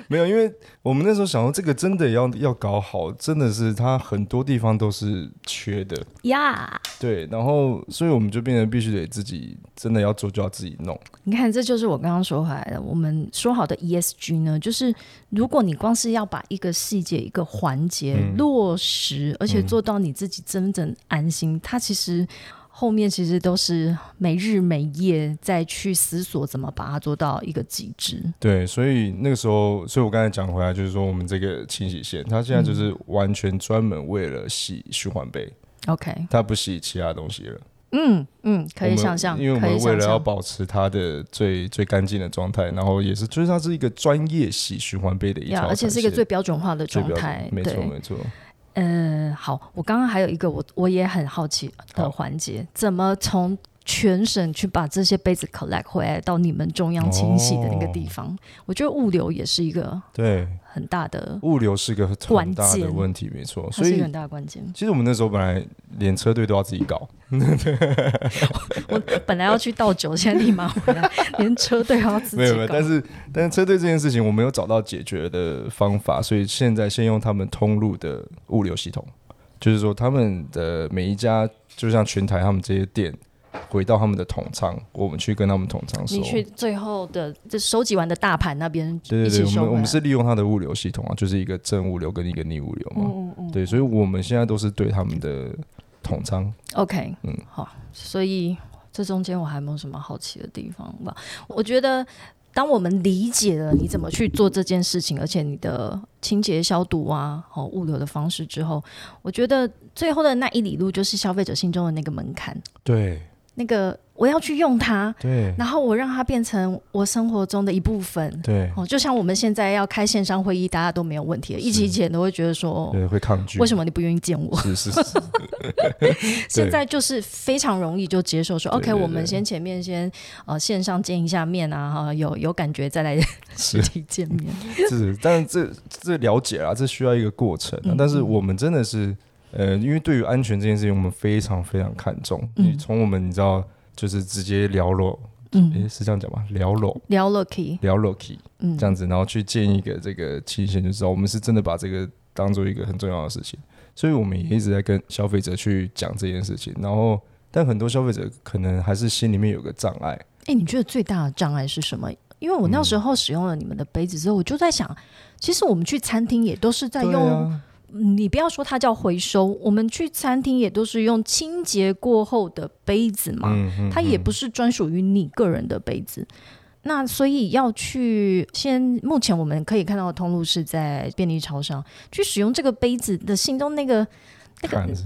[SPEAKER 2] 没有，因为我们那时候想说，这个真的要要搞好，真的是它很多地方都是缺的，
[SPEAKER 1] 呀
[SPEAKER 2] 对，然后所以我们就变得必须得自己真的要做就要自己弄，
[SPEAKER 1] 你看，这就是我刚刚说回来的。我们说好的 ESG 呢，就是如果你光是要把一个细节、一个环节
[SPEAKER 2] 嗯
[SPEAKER 1] 落实，而且
[SPEAKER 2] 嗯
[SPEAKER 1] 做到你自己真正安心，它其实后面其实都是没日没夜再去思索怎么把它做到一个极致。
[SPEAKER 2] 对，所以那个时候，所以我刚才讲回来，就是说我们这个清洗线，它现在就是完全专门为了洗循环杯，
[SPEAKER 1] OK，
[SPEAKER 2] 它不洗其他东西了。
[SPEAKER 1] 嗯嗯，可
[SPEAKER 2] 我
[SPEAKER 1] 以
[SPEAKER 2] 们
[SPEAKER 1] 想象，
[SPEAKER 2] 因为我
[SPEAKER 1] 可以
[SPEAKER 2] 们为
[SPEAKER 1] 想
[SPEAKER 2] 了要
[SPEAKER 1] 象，
[SPEAKER 2] 保持它的最最干净的状态，然后也是，就是它是一个专业洗循环杯的一
[SPEAKER 1] 呀
[SPEAKER 2] 套，
[SPEAKER 1] 而且是一个
[SPEAKER 2] 产
[SPEAKER 1] 最
[SPEAKER 2] 线
[SPEAKER 1] 标准化的
[SPEAKER 2] 最
[SPEAKER 1] 状
[SPEAKER 2] 标准
[SPEAKER 1] 态，
[SPEAKER 2] 没
[SPEAKER 1] 对。
[SPEAKER 2] 错没错。
[SPEAKER 1] 呃，好，我刚刚还有一个我我也很好奇的
[SPEAKER 2] 好
[SPEAKER 1] 环节，怎么从全省去把这些杯子 collect 回来到你们中央清洗的那个
[SPEAKER 2] 哦
[SPEAKER 1] 地方？我觉得物流也是一个
[SPEAKER 2] 对，
[SPEAKER 1] 很大的，
[SPEAKER 2] 物流是个很
[SPEAKER 1] 关
[SPEAKER 2] 大的
[SPEAKER 1] 键
[SPEAKER 2] 问题，没错。
[SPEAKER 1] 它
[SPEAKER 2] 所
[SPEAKER 1] 是一个
[SPEAKER 2] 以
[SPEAKER 1] 很大的关键。
[SPEAKER 2] 其实我们那时候本来连车队都要自己搞，
[SPEAKER 1] 我本来要去倒酒，现在立马回
[SPEAKER 2] [LAUGHS]
[SPEAKER 1] 来，连车队都要自
[SPEAKER 2] 没有没
[SPEAKER 1] 己
[SPEAKER 2] 有，
[SPEAKER 1] 搞
[SPEAKER 2] 但。是但是车队这件事情我没有找到解决的方法，所以现在先用他们通路的物流系统，就是说他们的每一家，就像全台他们这些店，回到他们的统仓，我们去跟他们统仓收
[SPEAKER 1] 你。去最后的这收集完的大盘那边
[SPEAKER 2] 对
[SPEAKER 1] 一
[SPEAKER 2] 对对，
[SPEAKER 1] 起
[SPEAKER 2] 我
[SPEAKER 1] 收回
[SPEAKER 2] 们
[SPEAKER 1] 来
[SPEAKER 2] 我们是利用它的物流系统啊，就是一个正物流跟一个逆物流嘛。
[SPEAKER 1] 嗯嗯嗯
[SPEAKER 2] 对，所以我们现在都是对他们的统仓。
[SPEAKER 1] OK，
[SPEAKER 2] 嗯
[SPEAKER 1] 好，所以这中间我还没有什么好奇的地方吧？我觉得，当我们理解了你怎么去做这件事情，而且你的清洁消毒啊、哦物流的方式之后，我觉得最后的那一里路就是消费者心中的那个门槛，
[SPEAKER 2] 对
[SPEAKER 1] 那个我要去用它，
[SPEAKER 2] 对
[SPEAKER 1] 然后我让它变成我生活中的一部分。
[SPEAKER 2] 对
[SPEAKER 1] 哦，就像我们现在要开线上会议，大家都没有问题了，疫情前都会觉得说，哦
[SPEAKER 2] 对，会抗拒。
[SPEAKER 1] 为什么你不愿意见我？
[SPEAKER 2] 是？是是是，
[SPEAKER 1] 现在就是非常容易就接受说
[SPEAKER 2] 对
[SPEAKER 1] ，OK，
[SPEAKER 2] 对对
[SPEAKER 1] 我们先前面先呃线上见一下面啊，哈，有有感觉再来 [LAUGHS] 实体见面。
[SPEAKER 2] 是，但是这这了解啊，这需要一个过程、啊。
[SPEAKER 1] 嗯
[SPEAKER 2] 但是我们真的是，呃，因为对于安全这件事情，我们非常非常看重。
[SPEAKER 1] 嗯
[SPEAKER 2] 你从我们你知道，就是直接聊楼，诶、
[SPEAKER 1] 嗯，
[SPEAKER 2] 是这样讲吧？聊楼。
[SPEAKER 1] 聊 Lucky，
[SPEAKER 2] 聊 Loki
[SPEAKER 1] 嗯
[SPEAKER 2] 这，样子，然后去建一个这个期限，就知道我们是真的把这个当做一个很重要的事情，所以我们也一直在跟消费者去讲这件事情。然后，但很多消费者可能还是心里面有个障碍，
[SPEAKER 1] 哎，你觉得最大的障碍是什么？因为我
[SPEAKER 2] 嗯
[SPEAKER 1] 那时候使用了你们的杯子之后，我就在想，其实我们去餐厅也都是在
[SPEAKER 2] 对
[SPEAKER 1] 用，
[SPEAKER 2] 啊，
[SPEAKER 1] 嗯你不要说它叫回收，我们去餐厅也都是用清洁过后的杯子嘛。
[SPEAKER 2] 嗯嗯，
[SPEAKER 1] 它也不是专属于你个人的杯子。那所以要去先，目前我们可以看到的通路是在便利超商去使用这个杯子的心中那个 [LAUGHS] 那个
[SPEAKER 2] 看是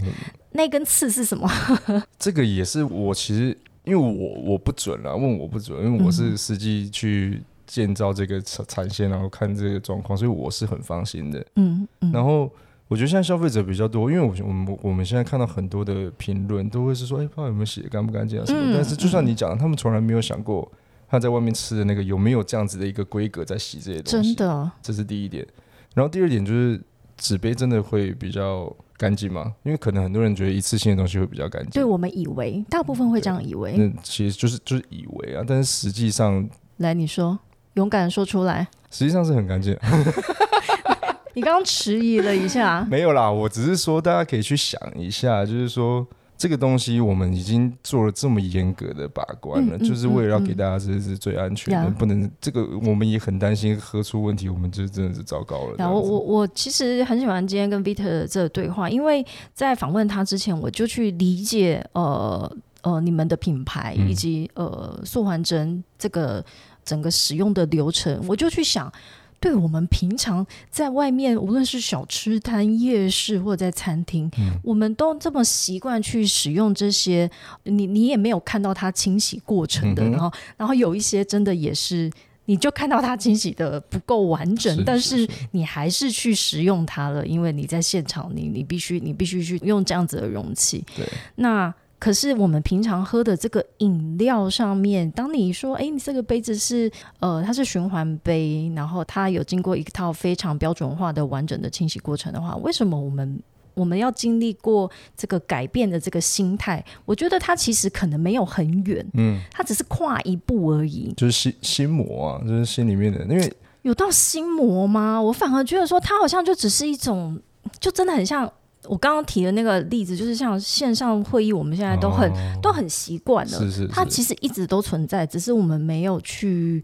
[SPEAKER 1] 那根刺是什么？ [LAUGHS]
[SPEAKER 2] 这个也是我其实因为我我不准了，问我不准，因为我是实际去建造这个产产线，然后看这个状况，所以我是很放心的。
[SPEAKER 1] 嗯嗯，
[SPEAKER 2] 然后我觉得现在消费者比较多，因为我我们我们现在看到很多的评论都会是说，哎、不知道有没有洗的干不干净啊什么的。
[SPEAKER 1] 嗯
[SPEAKER 2] 但是就像你讲的，他们从来没有想过他在外面吃的那个有没有这样子的一个规格在洗这些东西。
[SPEAKER 1] 真，的，
[SPEAKER 2] 这是第一点。然后第二点就是纸杯真的会比较干净吗？因为可能很多人觉得一次性的东西会比较干净。
[SPEAKER 1] 对我们以为大部分会这样以为。
[SPEAKER 2] 那其实就是就是以为啊，但是实际上
[SPEAKER 1] 来，你说，勇敢地说出来。
[SPEAKER 2] 实际上是很干净 [LAUGHS] 的。，
[SPEAKER 1] 你刚刚迟疑了一下
[SPEAKER 2] 没有啦，我只是说大家可以去想一下，就是说这个东西我们已经做了这么严格的把关了，
[SPEAKER 1] 嗯嗯
[SPEAKER 2] 就是为了要给大家这是最安全的，
[SPEAKER 1] 嗯嗯
[SPEAKER 2] 不能这个我们也很担心喝出问题，我们就真的是糟糕了。
[SPEAKER 1] 然后我我其实很喜欢今天跟 Peter 的这个对话，因为在访问他之前，我就去理解呃呃你们的品牌
[SPEAKER 2] 嗯
[SPEAKER 1] 以及、呃素环针这个整个使用的流程，我就去想。对我们平常在外面，无论是小吃摊、夜市或者在餐厅，
[SPEAKER 2] 嗯
[SPEAKER 1] 我们都这么习惯去使用这些，你你也没有看到它清洗过程的，
[SPEAKER 2] 嗯哼
[SPEAKER 1] 然后然后有一些真的也是，你就看到它清洗的不够完整，
[SPEAKER 2] 是
[SPEAKER 1] 但
[SPEAKER 2] 是
[SPEAKER 1] 是你还是去使用它了，因为你在现场你，你必须你必须去用这样子的容器。
[SPEAKER 2] 对，
[SPEAKER 1] 那可是我们平常喝的这个饮料上面，当你说，哎，你这个杯子是呃，它是循环杯，然后它有经过一套非常标准化的完整的清洗过程的话，为什么我们？我们要经历过这个改变的这个心态，我觉得它其实可能没有很远，
[SPEAKER 2] 嗯，
[SPEAKER 1] 它只是跨一步而已。
[SPEAKER 2] 就是心心魔啊，就是心里面的，因为
[SPEAKER 1] 有到心魔吗？我反而觉得说，它好像就只是一种，就真的很像我刚刚提的那个例子，就是像线上会议，我们现在都很、
[SPEAKER 2] 哦
[SPEAKER 1] 都很习惯了。
[SPEAKER 2] 是是
[SPEAKER 1] 它
[SPEAKER 2] 是
[SPEAKER 1] 其实一直都存在，只是我们没有去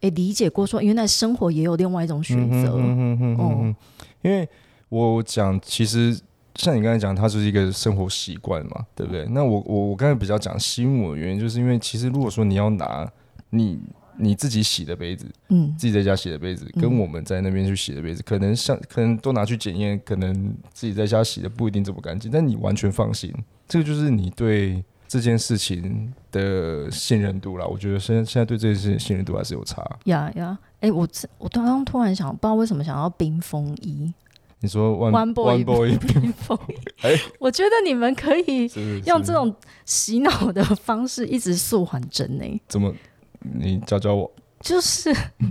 [SPEAKER 1] 诶理解过说，原来生活也有另外一种选择。
[SPEAKER 2] 嗯嗯哼嗯哼嗯哼嗯哼因为我讲，其实像你刚才讲，它就是一个生活习惯嘛，对不对？那我我我刚才比较讲新闻的原因，就是因为其实如果说你要拿你你自己洗的杯子，
[SPEAKER 1] 嗯，
[SPEAKER 2] 自己在家洗的杯子，跟我们在那边去洗的杯子，可能像可能都拿去检验，可能自己在家洗的不一定这么干净，但你完全放心，这个就是你对这件事情的信任度啦。我觉得现在现在对这件事情信任度还是有差。
[SPEAKER 1] 呀呀，哎，我这我刚刚突然想，不知道为什么想要冰风衣，
[SPEAKER 2] 你说 one
[SPEAKER 1] One boy
[SPEAKER 2] boy， [LAUGHS]
[SPEAKER 1] 冰风 [LAUGHS] 衣，
[SPEAKER 2] 哎，
[SPEAKER 1] 我觉得你们可以
[SPEAKER 2] 是是
[SPEAKER 1] 用这种洗脑的方式一直速缓针呢、
[SPEAKER 2] 怎么？你教教我，
[SPEAKER 1] 就是 [LAUGHS]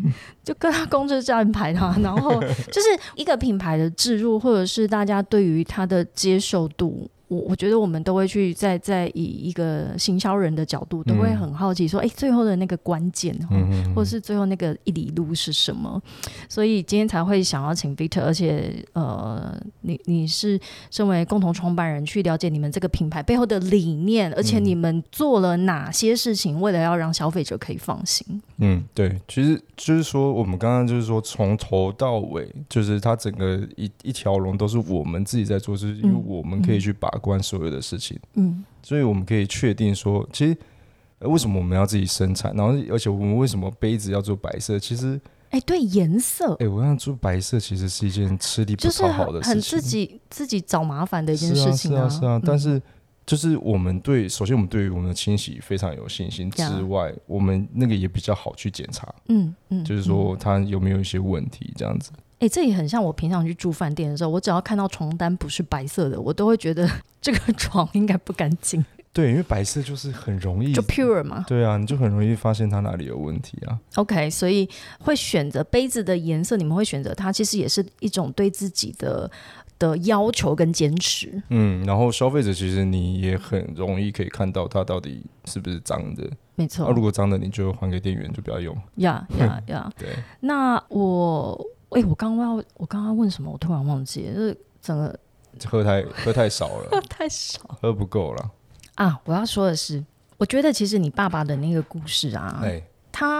[SPEAKER 1] 就跟他公车站牌他，然后就是一个品牌的置入，或者是大家对于它的接受度。我我觉得我们都会去在在以一个行销人的角度，都会
[SPEAKER 2] 嗯
[SPEAKER 1] 很好奇说，哎、最后的那个关键哦，
[SPEAKER 2] 嗯嗯，嗯
[SPEAKER 1] 或是最后那个一里路是什么？所以今天才会想要请 Victor，而且呃，你你是身为共同创办人，去了解你们这个品牌背后的理念，而且
[SPEAKER 2] 嗯
[SPEAKER 1] 你们做了哪些事情，为了要让消费者可以放心。
[SPEAKER 2] 嗯，对，其实就是说，我们刚刚就是说，从头到尾，就是它整个一一条龙都是我们自己在做，就是因为
[SPEAKER 1] 嗯
[SPEAKER 2] 我们可以去把关所有的事情，
[SPEAKER 1] 嗯
[SPEAKER 2] 所以我们可以确定说，其实、呃为什么我们要自己生产，然后而且我们为什么杯子要做白色？其实，
[SPEAKER 1] 哎、对颜色，
[SPEAKER 2] 哎、我想做白色其实是一件吃力不
[SPEAKER 1] 就是
[SPEAKER 2] 讨好
[SPEAKER 1] 很
[SPEAKER 2] 的
[SPEAKER 1] 很
[SPEAKER 2] 事
[SPEAKER 1] 自
[SPEAKER 2] 情，
[SPEAKER 1] 己自己找麻烦的一件
[SPEAKER 2] 是
[SPEAKER 1] 事
[SPEAKER 2] 啊
[SPEAKER 1] 情
[SPEAKER 2] 是啊是啊，但
[SPEAKER 1] 嗯
[SPEAKER 2] 是。就是我们对，首先我们对于我们的清洗非常有信心之
[SPEAKER 1] 呀
[SPEAKER 2] 外我们那个也比较好去检查。
[SPEAKER 1] 嗯嗯，
[SPEAKER 2] 就是
[SPEAKER 1] 嗯
[SPEAKER 2] 说它有没有一些问题这样子。
[SPEAKER 1] 哎、这也很像我平常去住饭店的时候，我只要看到床单不是白色的，我都会觉得 [LAUGHS] 这个床应该不干净，
[SPEAKER 2] 对，因为白色就是很容易
[SPEAKER 1] 就，pure 嘛。
[SPEAKER 2] 对啊，你就很容易发现它哪里有问题啊。
[SPEAKER 1] OK，所以会选择杯子的颜色，你们会选择它，其实也是一种对自己的的要求跟坚持。
[SPEAKER 2] 嗯，然后消费者其实你也很容易可以看到它到底是不是脏的。
[SPEAKER 1] 没
[SPEAKER 2] 那、
[SPEAKER 1] 错，
[SPEAKER 2] 如果脏的，你就还给店员，就不要用。
[SPEAKER 1] 呀
[SPEAKER 2] [LAUGHS]
[SPEAKER 1] 呀呀！
[SPEAKER 2] 对，
[SPEAKER 1] 那我，哎、我刚刚要，我刚刚问什么？我突然忘记了，就是整个，
[SPEAKER 2] 喝太喝太少了
[SPEAKER 1] [LAUGHS] 太少
[SPEAKER 2] 喝不够了。
[SPEAKER 1] 啊！我要说的是，我觉得其实你爸爸的那个故事啊，
[SPEAKER 2] 哎、
[SPEAKER 1] 他，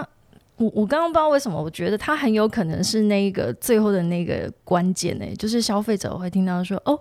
[SPEAKER 1] 我我刚刚不知道为什么，我觉得他很有可能是那个最后的那个关键呢、就是消费者会听到说哦。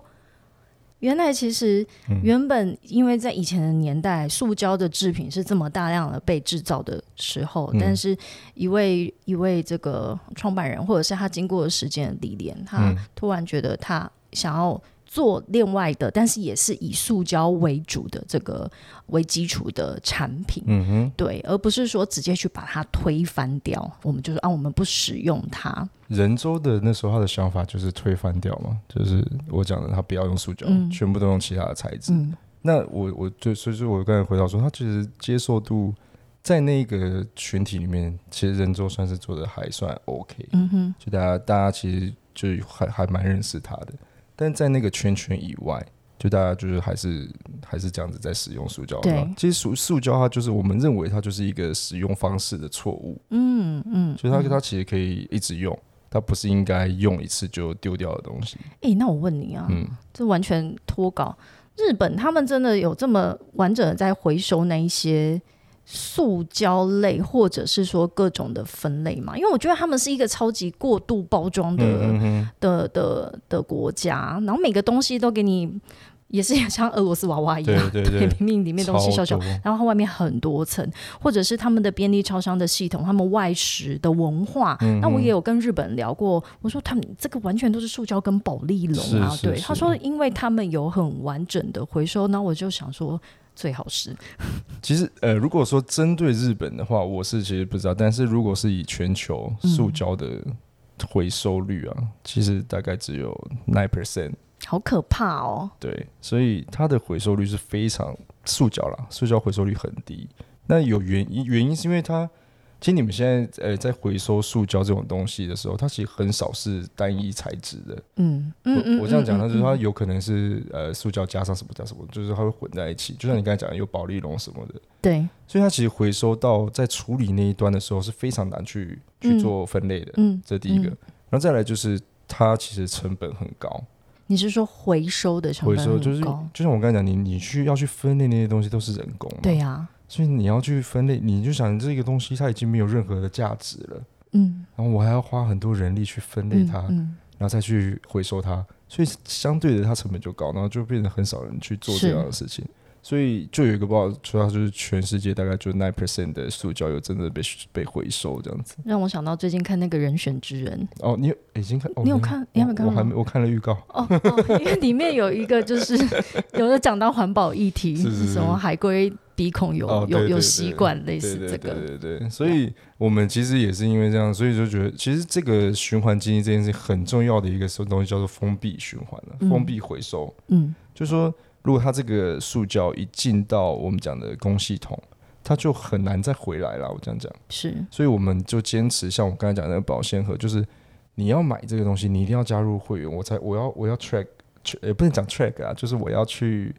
[SPEAKER 1] 原来其实
[SPEAKER 2] 嗯
[SPEAKER 1] 原本因为在以前的年代，塑胶的制品是这么大量的被制造的时候，
[SPEAKER 2] 嗯
[SPEAKER 1] 但是一位一位这个创办人，或者是他经过了时间的历练，他
[SPEAKER 2] 嗯
[SPEAKER 1] 突然觉得他想要做另外的，但是也是以塑胶为主的这个为基础的产品。
[SPEAKER 2] 嗯哼，
[SPEAKER 1] 对，而不是说直接去把它推翻掉。我们就说啊，我们不使用它。
[SPEAKER 2] 仁州的那时候他的想法就是推翻掉嘛，就是我讲的，他不要用塑胶，
[SPEAKER 1] 嗯
[SPEAKER 2] 全部都用其他的材质。
[SPEAKER 1] 嗯
[SPEAKER 2] 那我我就所以说我刚才回到说，他其实接受度在那个群体里面，其实人州算是做的还算 OK，、
[SPEAKER 1] 嗯哼，
[SPEAKER 2] 就大家大家其实就还还蛮认识他的，但在那个圈圈以外，就大家就是还是还是这样子在使用塑胶。
[SPEAKER 1] 对
[SPEAKER 2] 吧其实塑塑胶它就是我们认为它就是一个使用方式的错误，
[SPEAKER 1] 嗯嗯。
[SPEAKER 2] 就是它它其实可以一直用，它不是应该用一次就丢掉的东西。
[SPEAKER 1] 哎、那我问你啊，
[SPEAKER 2] 嗯，
[SPEAKER 1] 这完全脱稿。日本他们真的有这么完整的在回收那一些塑胶类，或者是说各种的分类吗？因为我觉得他们是一个超级过度包装的、
[SPEAKER 2] 嗯嗯哼，
[SPEAKER 1] 的的的国家，然后每个东西都给你，也是像俄罗斯娃娃一样，
[SPEAKER 2] 对
[SPEAKER 1] [LAUGHS]
[SPEAKER 2] 对对
[SPEAKER 1] 明明哎里面东西
[SPEAKER 2] 超
[SPEAKER 1] 小小
[SPEAKER 2] 多
[SPEAKER 1] 然后它外面很多层，或者是他们的便利超商的系统，他们外食的文化。
[SPEAKER 2] 嗯
[SPEAKER 1] 那我也有跟日本人聊过，我说他们这个完全都是塑胶跟保利龙啊，
[SPEAKER 2] 是是
[SPEAKER 1] 对，
[SPEAKER 2] 是
[SPEAKER 1] 他说因为他们有很完整的回收，那我就想说最好是，
[SPEAKER 2] 其实，呃，如果说针对日本的话，我是其实不知道，但是如果是以全球塑胶的回收率啊，其实大概只有 nine percent，
[SPEAKER 1] 好可怕哦，
[SPEAKER 2] 对，所以它的回收率是非常塑胶啦，塑胶回收率很低。那有原因，原因是因为它，其实你们现在呃在回收塑胶这种东西的时候，它其实很少是单一材质的。
[SPEAKER 1] 嗯嗯嗯，
[SPEAKER 2] 我我这样讲，
[SPEAKER 1] 嗯
[SPEAKER 2] 它就是
[SPEAKER 1] 嗯
[SPEAKER 2] 它有可能是呃塑胶加上什么加什么，就是它会混在一起。就像你刚才讲的，有保利龙什么的。
[SPEAKER 1] 对，
[SPEAKER 2] 所以它其实回收到在处理那一端的时候是非常难去去做分类的，
[SPEAKER 1] 嗯，
[SPEAKER 2] 这第一个。
[SPEAKER 1] 嗯
[SPEAKER 2] 然后再来就是它其实成本很高，
[SPEAKER 1] 你是说回收的成
[SPEAKER 2] 回
[SPEAKER 1] 本
[SPEAKER 2] 收就是
[SPEAKER 1] 很高
[SPEAKER 2] 就像我刚才讲，你你去要去分类那些东西都是人工嘛，
[SPEAKER 1] 对，啊呀、
[SPEAKER 2] 所以你要去分类，你就想这个东西它已经没有任何的价值了，
[SPEAKER 1] 嗯，
[SPEAKER 2] 然后我还要花很多人力去分类
[SPEAKER 1] 嗯
[SPEAKER 2] 它，
[SPEAKER 1] 嗯，
[SPEAKER 2] 然后再去回收它，所以相对的它成本就高，然后就变得很少人去做
[SPEAKER 1] 是
[SPEAKER 2] 这样的事情。所以就有一个报道说，它就是全世界大概就 nine percent 的塑胶有真的被被回收这样子。
[SPEAKER 1] 让我想到最近看那个《人选之人
[SPEAKER 2] 哦，你有已经看？哦、
[SPEAKER 1] 你有看你还没看
[SPEAKER 2] 我
[SPEAKER 1] 吗
[SPEAKER 2] 还没，我看了预告。》
[SPEAKER 1] 哦哦，因为里面有一个就是 [LAUGHS] 有的讲到环保议题，
[SPEAKER 2] 是是是
[SPEAKER 1] 什么海龟鼻孔有、
[SPEAKER 2] 哦对
[SPEAKER 1] 有
[SPEAKER 2] 对
[SPEAKER 1] 有
[SPEAKER 2] 对
[SPEAKER 1] 吸管类
[SPEAKER 2] 对
[SPEAKER 1] 似
[SPEAKER 2] 对
[SPEAKER 1] 这个，
[SPEAKER 2] 对对对，所以我们其实也是因为这样，所以就觉得其实这个循环经济这件事很重要的一个东西叫做封闭循环了、
[SPEAKER 1] 嗯
[SPEAKER 2] 封闭回收。
[SPEAKER 1] 嗯
[SPEAKER 2] 就说如果它这个塑胶一进到我们讲的供系统，它就很难再回来了。我这样讲，
[SPEAKER 1] 是
[SPEAKER 2] 所以我们就坚持像我刚才讲的那个保鲜盒，就是你要买这个东西，你一定要加入会员，我才我要我要 track，track- 也不能讲 track 啊，就是我要去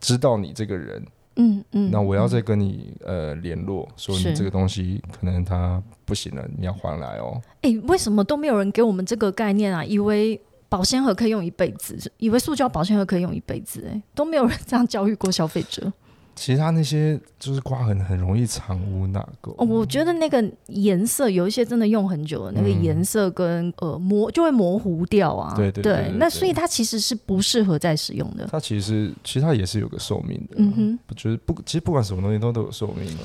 [SPEAKER 2] 知道你这个人。
[SPEAKER 1] 嗯嗯，
[SPEAKER 2] 那我要再跟你呃联络，说
[SPEAKER 1] 是
[SPEAKER 2] 你这个东西可能它不行了，你要还来哦。
[SPEAKER 1] 哎、为什么都没有人给我们这个概念啊？以为保鲜盒可以用一辈子，以为塑胶保鲜盒可以用一辈子、哎，都没有人这样教育过消费者。
[SPEAKER 2] 其他那些就是刮痕很容易藏污纳垢。
[SPEAKER 1] 哦，我觉得那个颜色有一些真的用很久了，那个
[SPEAKER 2] 嗯
[SPEAKER 1] 颜色跟呃模就会模糊掉啊。
[SPEAKER 2] 对对对对对
[SPEAKER 1] 那所以它其实是不适合再使用的。
[SPEAKER 2] 它其实其实它也是有个寿命的，
[SPEAKER 1] 嗯哼，
[SPEAKER 2] 我觉得不，其实不管什么东西都都有寿命的。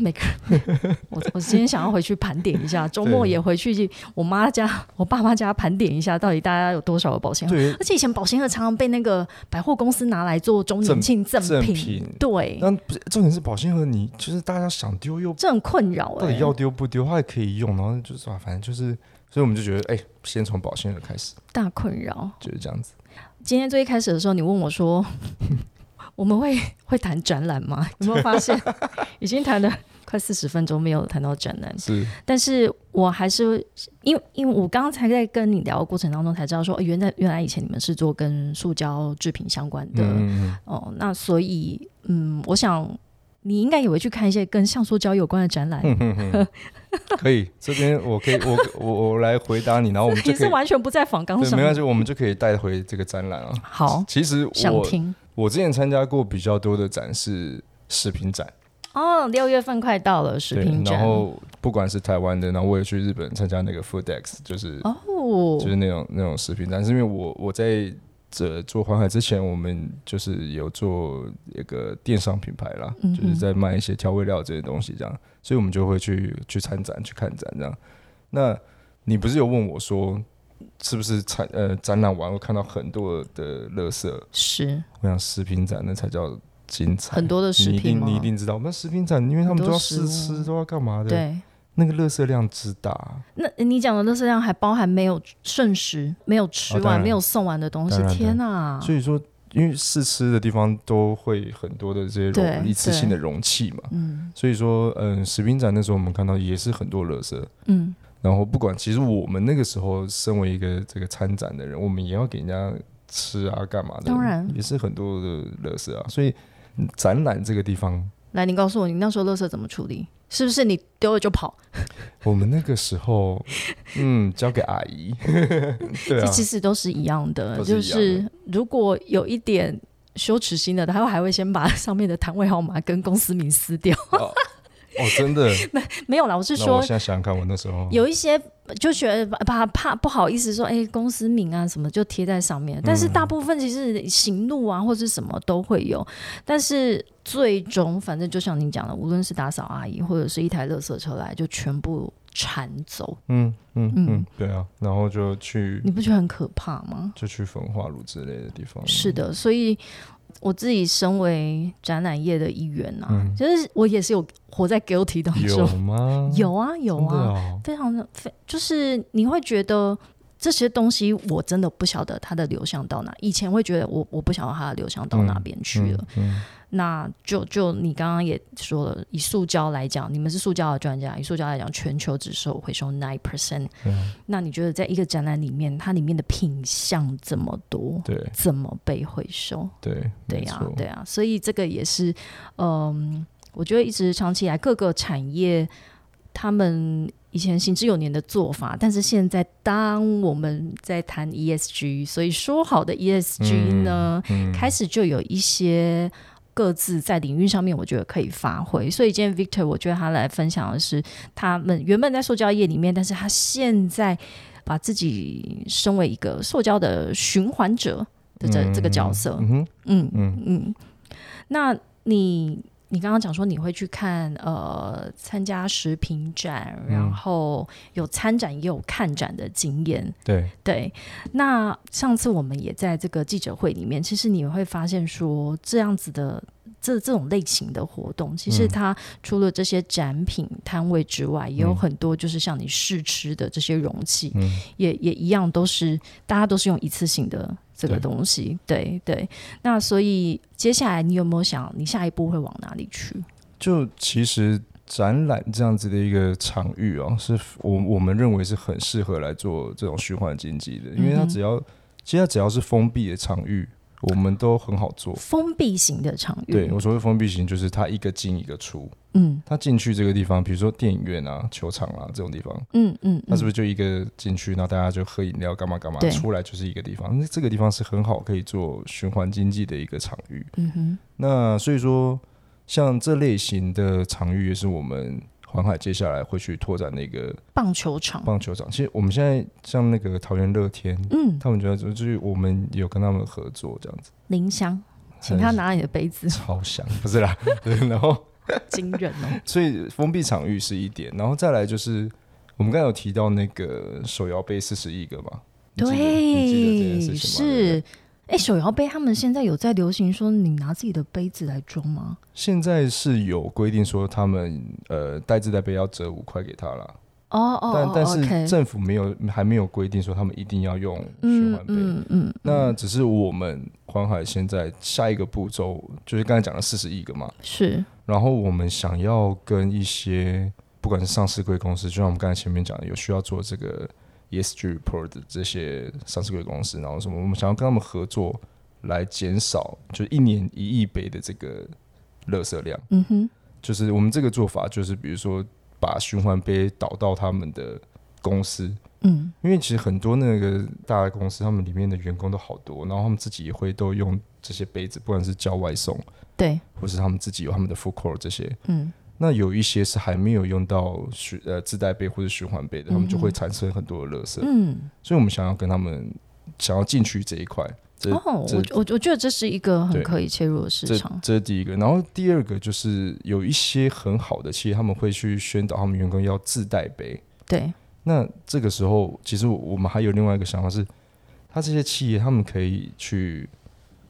[SPEAKER 1] 每个人， [LAUGHS] 我我今天想要回去盘点一
[SPEAKER 2] [LAUGHS]
[SPEAKER 1] 下，周末也回去我妈家、我爸妈家盘点一下，到底大家有多少的保鲜盒。
[SPEAKER 2] 对，
[SPEAKER 1] 啊而且以前保鲜盒常常被那个百货公司拿来做周年庆赠
[SPEAKER 2] 赠
[SPEAKER 1] 品，
[SPEAKER 2] 品
[SPEAKER 1] 对，
[SPEAKER 2] 那不是重点是保鲜盒，你就是大家想丢又
[SPEAKER 1] 这很困扰
[SPEAKER 2] 到
[SPEAKER 1] 哎、
[SPEAKER 2] 底要丢不丢，它也可以用，然后就是啊，反正就是，所以我们就觉得，哎、先从保鲜盒开始，
[SPEAKER 1] 大困扰。
[SPEAKER 2] 就是这样子。
[SPEAKER 1] 今天最一开始的时候，你问我
[SPEAKER 2] [LAUGHS]
[SPEAKER 1] 说，我们会会谈展览吗？有没有发
[SPEAKER 2] [LAUGHS]
[SPEAKER 1] 现已经谈了快四十分钟没有谈到展览？
[SPEAKER 2] 是，
[SPEAKER 1] 但是我还是因为因为我刚才在跟你聊的过程当中才知道说，哦原来原来以前你们是做跟塑胶制品相关的、
[SPEAKER 2] 嗯，嗯
[SPEAKER 1] 哦，那所以嗯，我想。你应该也会去看一些跟橡塑胶有关的展览，[LAUGHS]
[SPEAKER 2] 嗯可以，这边我可以，我我我来回答你，然后我们就
[SPEAKER 1] 你
[SPEAKER 2] 可
[SPEAKER 1] 是
[SPEAKER 2] 以
[SPEAKER 1] 完全不在访纲
[SPEAKER 2] 对，
[SPEAKER 1] 上
[SPEAKER 2] 没关
[SPEAKER 1] 面。
[SPEAKER 2] 系，我们就可以带回这个展览啊。
[SPEAKER 1] 好，
[SPEAKER 2] 其实
[SPEAKER 1] 想
[SPEAKER 2] 我
[SPEAKER 1] 听
[SPEAKER 2] 我之前参加过比较多的展是食品展，
[SPEAKER 1] 哦。六月份快到了，食
[SPEAKER 2] 对
[SPEAKER 1] 品展
[SPEAKER 2] 然后不管是台湾的，然后我也去日本参加那个 Foodex，就是、
[SPEAKER 1] 哦
[SPEAKER 2] 就是那种那种食品展，是因为我我在这做环海之前，我们就是有做一个电商品牌啦，
[SPEAKER 1] 嗯哼
[SPEAKER 2] 就是在卖一些调味料这些东西这样，所以我们就会去去参展去看展这样。那你不是有问我说，是不是展呃展览完会看到很多的垃圾？
[SPEAKER 1] 是
[SPEAKER 2] 我想食品展那才叫精彩，
[SPEAKER 1] 很多的食
[SPEAKER 2] 你一
[SPEAKER 1] 品
[SPEAKER 2] 定
[SPEAKER 1] 吗？
[SPEAKER 2] 你一定知道，我们食品展因为他
[SPEAKER 1] 很
[SPEAKER 2] 们都
[SPEAKER 1] 多
[SPEAKER 2] 要试
[SPEAKER 1] 食物啊
[SPEAKER 2] 吃都要干嘛的，，
[SPEAKER 1] 对。
[SPEAKER 2] 那个垃圾量之大，啊
[SPEAKER 1] 那你讲的垃圾量还包含没有剩食、没有吃
[SPEAKER 2] 哦当
[SPEAKER 1] 完、
[SPEAKER 2] 然
[SPEAKER 1] 没有送完的东西
[SPEAKER 2] 当，然
[SPEAKER 1] 天哪！
[SPEAKER 2] 所以说，因为试吃的地方都会很多的这些
[SPEAKER 1] 对
[SPEAKER 2] 容一次性的容器嘛，
[SPEAKER 1] 嗯
[SPEAKER 2] 所以说，嗯，食品展那时候我们看到也是很多垃圾。
[SPEAKER 1] 嗯，
[SPEAKER 2] 然后不管，其实我们那个时候身为一个这个参展的人，我们也要给人家吃啊，干嘛的？
[SPEAKER 1] 当然
[SPEAKER 2] 也是很多的垃圾啊。所以嗯展览这个地方，
[SPEAKER 1] 来，你告诉我，你那时候垃圾怎么处理？是不是你丢了就跑？
[SPEAKER 2] 我们那个时候，嗯，交给阿姨。 [LAUGHS] 对
[SPEAKER 1] 这
[SPEAKER 2] 啊，
[SPEAKER 1] 其实都是一样的，
[SPEAKER 2] 都是一
[SPEAKER 1] 就
[SPEAKER 2] 样的
[SPEAKER 1] 是如果有一点羞耻心的，他还会先把上面的摊位号码跟公司名撕掉。 [LAUGHS]
[SPEAKER 2] 哦，真的。
[SPEAKER 1] 没有啦，我是
[SPEAKER 2] 那我
[SPEAKER 1] 说
[SPEAKER 2] 现在想想看，我那时候
[SPEAKER 1] 有一些就觉得啊怕怕不好意思说，哎、公司名啊什么就贴在上面，
[SPEAKER 2] 嗯
[SPEAKER 1] 但是大部分其实行路啊或者什么都会有，但是最终反正就像你讲的，无论是打扫阿姨或者是一台垃圾车来，就全部铲走，
[SPEAKER 2] 嗯嗯
[SPEAKER 1] 嗯
[SPEAKER 2] 嗯，对啊，然后就去
[SPEAKER 1] 你不觉得很可怕吗？
[SPEAKER 2] 就去焚化炉之类的地方。
[SPEAKER 1] 是的，所以我自己身为展览业的一员啊，
[SPEAKER 2] 嗯
[SPEAKER 1] 就是我也是有活在 guilty 当
[SPEAKER 2] 有
[SPEAKER 1] 中，
[SPEAKER 2] 吗？
[SPEAKER 1] [LAUGHS] 有啊 [LAUGHS] 有
[SPEAKER 2] 真的
[SPEAKER 1] 啊，
[SPEAKER 2] 哦
[SPEAKER 1] 非常的非，就是你会觉得这些东西我真的不晓得它的流向到哪。以前会觉得我我不晓得它的流向到哪边去了。
[SPEAKER 2] 嗯
[SPEAKER 1] 那就就你刚刚也说了，以塑胶来讲，你们是塑胶的专家，以塑胶来讲，全球只收回收 nine percent。
[SPEAKER 2] 嗯
[SPEAKER 1] 那你觉得在一个展览里面，它里面的品相这么多，
[SPEAKER 2] 对
[SPEAKER 1] 怎么被回收？
[SPEAKER 2] 对
[SPEAKER 1] 对
[SPEAKER 2] 没
[SPEAKER 1] 呀、
[SPEAKER 2] 错
[SPEAKER 1] 对呀、所以这个也是，嗯，我觉得一直长期以来各个产业他们以前行之有年的做法，但是现在当我们在谈 ESG，所以说好的 ESG 呢，
[SPEAKER 2] 嗯
[SPEAKER 1] 开始就有一些。各自在领域上面，我觉得可以发挥。所以今天 Victor，我觉得他来分享的是他们原本在塑胶业里面，但是他现在把自己身为一个塑胶的循环者的这、这个角色，
[SPEAKER 2] 嗯哼，
[SPEAKER 1] 嗯
[SPEAKER 2] 嗯
[SPEAKER 1] 嗯，那你你刚刚讲说你会去看呃参加食品展，然
[SPEAKER 2] 嗯
[SPEAKER 1] 后有参展也有看展的经验，
[SPEAKER 2] 对，
[SPEAKER 1] 对，那上次我们也在这个记者会里面，其实你会发现说，这样子的这这种类型的活动，其实
[SPEAKER 2] 嗯
[SPEAKER 1] 它除了这些展品摊位之外，也有
[SPEAKER 2] 嗯
[SPEAKER 1] 很多就是像你试吃的这些容器，
[SPEAKER 2] 嗯
[SPEAKER 1] 也也一样都是大家都是用一次性的这个
[SPEAKER 2] 对
[SPEAKER 1] 东西。对对，那所以接下来你有没有想你下一步会往哪里去？
[SPEAKER 2] 就其实展览这样子的一个场域哦，是我我们认为是很适合来做这种循环经济的，因为
[SPEAKER 1] 嗯
[SPEAKER 2] 它
[SPEAKER 1] 哼
[SPEAKER 2] 只要、其实它只要是封闭的场域，我们都很好做。
[SPEAKER 1] 封闭型的场域，
[SPEAKER 2] 对我所谓封闭型，就是它一个进一个出，
[SPEAKER 1] 嗯
[SPEAKER 2] 它进去这个地方，比如说电影院啊、球场啊这种地方，
[SPEAKER 1] 嗯嗯，
[SPEAKER 2] 它是不
[SPEAKER 1] 是
[SPEAKER 2] 是就一个进去，然后大家就喝饮料干嘛干嘛
[SPEAKER 1] 对，
[SPEAKER 2] 出来就是一个地方，那这个地方是很好可以做循环经济的一个场域。
[SPEAKER 1] 嗯哼
[SPEAKER 2] 那所以说，像这类型的场域也是我们环海接下来会去拓展的一个
[SPEAKER 1] 棒球场，
[SPEAKER 2] 棒球场。其实我们现在像那个桃园乐天，
[SPEAKER 1] 嗯，
[SPEAKER 2] 他们觉得就是我们有跟他们合作这样子，，
[SPEAKER 1] 林香。请他拿你的杯子
[SPEAKER 2] 超香，不是啦。 [LAUGHS] 对然后，
[SPEAKER 1] 惊人哦！
[SPEAKER 2] 所以封闭场域是一点，然后再来就是我们刚才有提到那个手摇杯四十一个嘛，你记得你记得这件事
[SPEAKER 1] 对，
[SPEAKER 2] 情吗？对不
[SPEAKER 1] 是。
[SPEAKER 2] 对
[SPEAKER 1] 哎，手摇杯他们现在有在流行说你拿自己的杯子来装吗？
[SPEAKER 2] 现在是有规定说他们呃带自带杯要折五块给他啦。
[SPEAKER 1] 哦哦，
[SPEAKER 2] 但
[SPEAKER 1] 哦
[SPEAKER 2] 但
[SPEAKER 1] OK
[SPEAKER 2] 是政府没有还没有规定说他们一定要用循
[SPEAKER 1] 嗯
[SPEAKER 2] 环杯，
[SPEAKER 1] 嗯嗯，
[SPEAKER 2] 那只是我们环海现在下一个步骤就是刚才讲的四十亿个嘛，
[SPEAKER 1] 是
[SPEAKER 2] 然后我们想要跟一些不管是上市贵公司，就像我们刚才前面讲的，有需要做这个 ESG report 的这些上市贵公司，然后什么，我们想要跟他们合作来减少就是一年一亿杯的这个垃圾量。
[SPEAKER 1] 嗯哼，
[SPEAKER 2] 就是我们这个做法，就是比如说把循环杯导到他们的公司，
[SPEAKER 1] 嗯
[SPEAKER 2] 因为其实很多那个大的公司，他们里面的员工都好多，然后他们自己也会都用这些杯子，不管是叫外送，
[SPEAKER 1] 对，
[SPEAKER 2] 或是他们自己有他们的 food court 这些。
[SPEAKER 1] 嗯
[SPEAKER 2] 那有一些是还没有用到循呃自带杯或者循环杯的，他们就
[SPEAKER 1] 嗯
[SPEAKER 2] 会
[SPEAKER 1] 哼
[SPEAKER 2] 产生很多的垃圾，
[SPEAKER 1] 嗯，
[SPEAKER 2] 所以我们想要跟他们想要进去这一块，这
[SPEAKER 1] 哦，我
[SPEAKER 2] 这
[SPEAKER 1] 我我觉得这是一个很
[SPEAKER 2] 对
[SPEAKER 1] 可以切入的市
[SPEAKER 2] 这
[SPEAKER 1] 场，
[SPEAKER 2] 这是第一个，然后第二个就是有一些很好的企业，他们会去宣导他们员工要自带杯。
[SPEAKER 1] 对，
[SPEAKER 2] 那这个时候，其实我们还有另外一个想法是，他这些企业他们可以去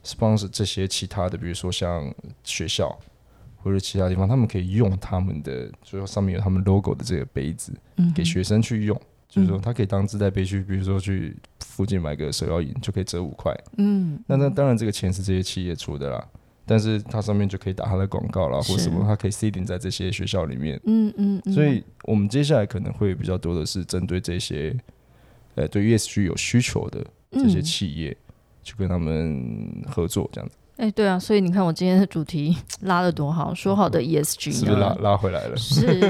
[SPEAKER 2] sponsor 这些其他的，比如说像学校或者其他地方，他们可以用他们的，就是说上面有他们 logo 的这个杯子
[SPEAKER 1] 嗯哼，
[SPEAKER 2] 给学生去用，就是说他可以当自带杯去，比如说去附近买个手摇饮就可以折五块。
[SPEAKER 1] 嗯，
[SPEAKER 2] 那那当然，这个钱是这些企业出的啦，但是它上面就可以打它的广告啦，或
[SPEAKER 1] 是
[SPEAKER 2] 什么，它可以 seeding 在这些学校里面。
[SPEAKER 1] 嗯嗯嗯，
[SPEAKER 2] 所以我们接下来可能会比较多的是针对这些，呃，对 ESG 有需求的这些
[SPEAKER 1] 嗯
[SPEAKER 2] 企业，去跟他们合作，这样子
[SPEAKER 1] 哎对啊，所以你看我今天的主题拉的多好，说好的 E ESG 呢？
[SPEAKER 2] 嗯是不是拉拉回来了？
[SPEAKER 1] 是，所以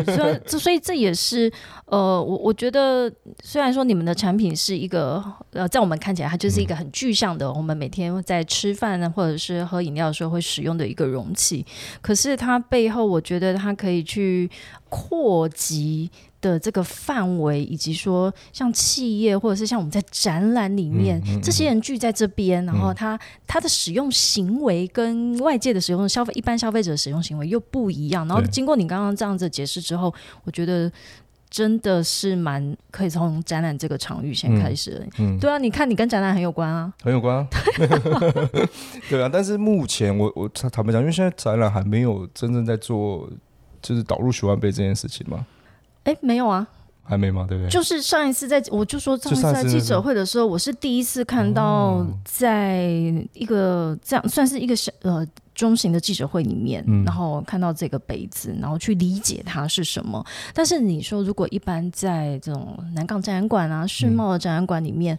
[SPEAKER 1] 这所以这也是呃，我我觉得虽然说你们的产品是一个呃，在我们看起来它就是一
[SPEAKER 2] 嗯
[SPEAKER 1] 个很具象的，我们每天在吃饭呢或者是喝饮料的时候会使用的一个容器，可是它背后我觉得它可以去扩及。的这个范围，以及说像企业或者是像我们在展览里面，
[SPEAKER 2] 嗯嗯嗯嗯
[SPEAKER 1] 这些人聚在这边，然后他他的使用行为跟外界的使用消费一般消费者的使用行为又不一样。然后
[SPEAKER 2] 对
[SPEAKER 1] 经过你刚刚这样子的解释之后，我觉得真的是蛮可以从展览这个场域先开始了。
[SPEAKER 2] 嗯，
[SPEAKER 1] 对啊，你看你跟展览很有关啊。
[SPEAKER 2] 很有关、
[SPEAKER 1] [LAUGHS]
[SPEAKER 2] 啊。对啊，但是目前我我坦坦白讲，因为现在展览还没有真正在做，就是导入十万杯这件事情嘛，
[SPEAKER 1] 哎，没有啊，
[SPEAKER 2] 还没嘛，对不对？
[SPEAKER 1] 就是上一次在我就说上一次
[SPEAKER 2] 就上一次
[SPEAKER 1] 在
[SPEAKER 2] 那
[SPEAKER 1] 记
[SPEAKER 2] 个
[SPEAKER 1] 者会的时候，我是第一次看到
[SPEAKER 2] 哦
[SPEAKER 1] 在一个这样算是一个小呃中型的记者会里面，
[SPEAKER 2] 嗯
[SPEAKER 1] 然后看到这个杯子，然后去理解它是什么。但是你说，如果一般在这种南港展览馆啊、世贸的展览馆里面。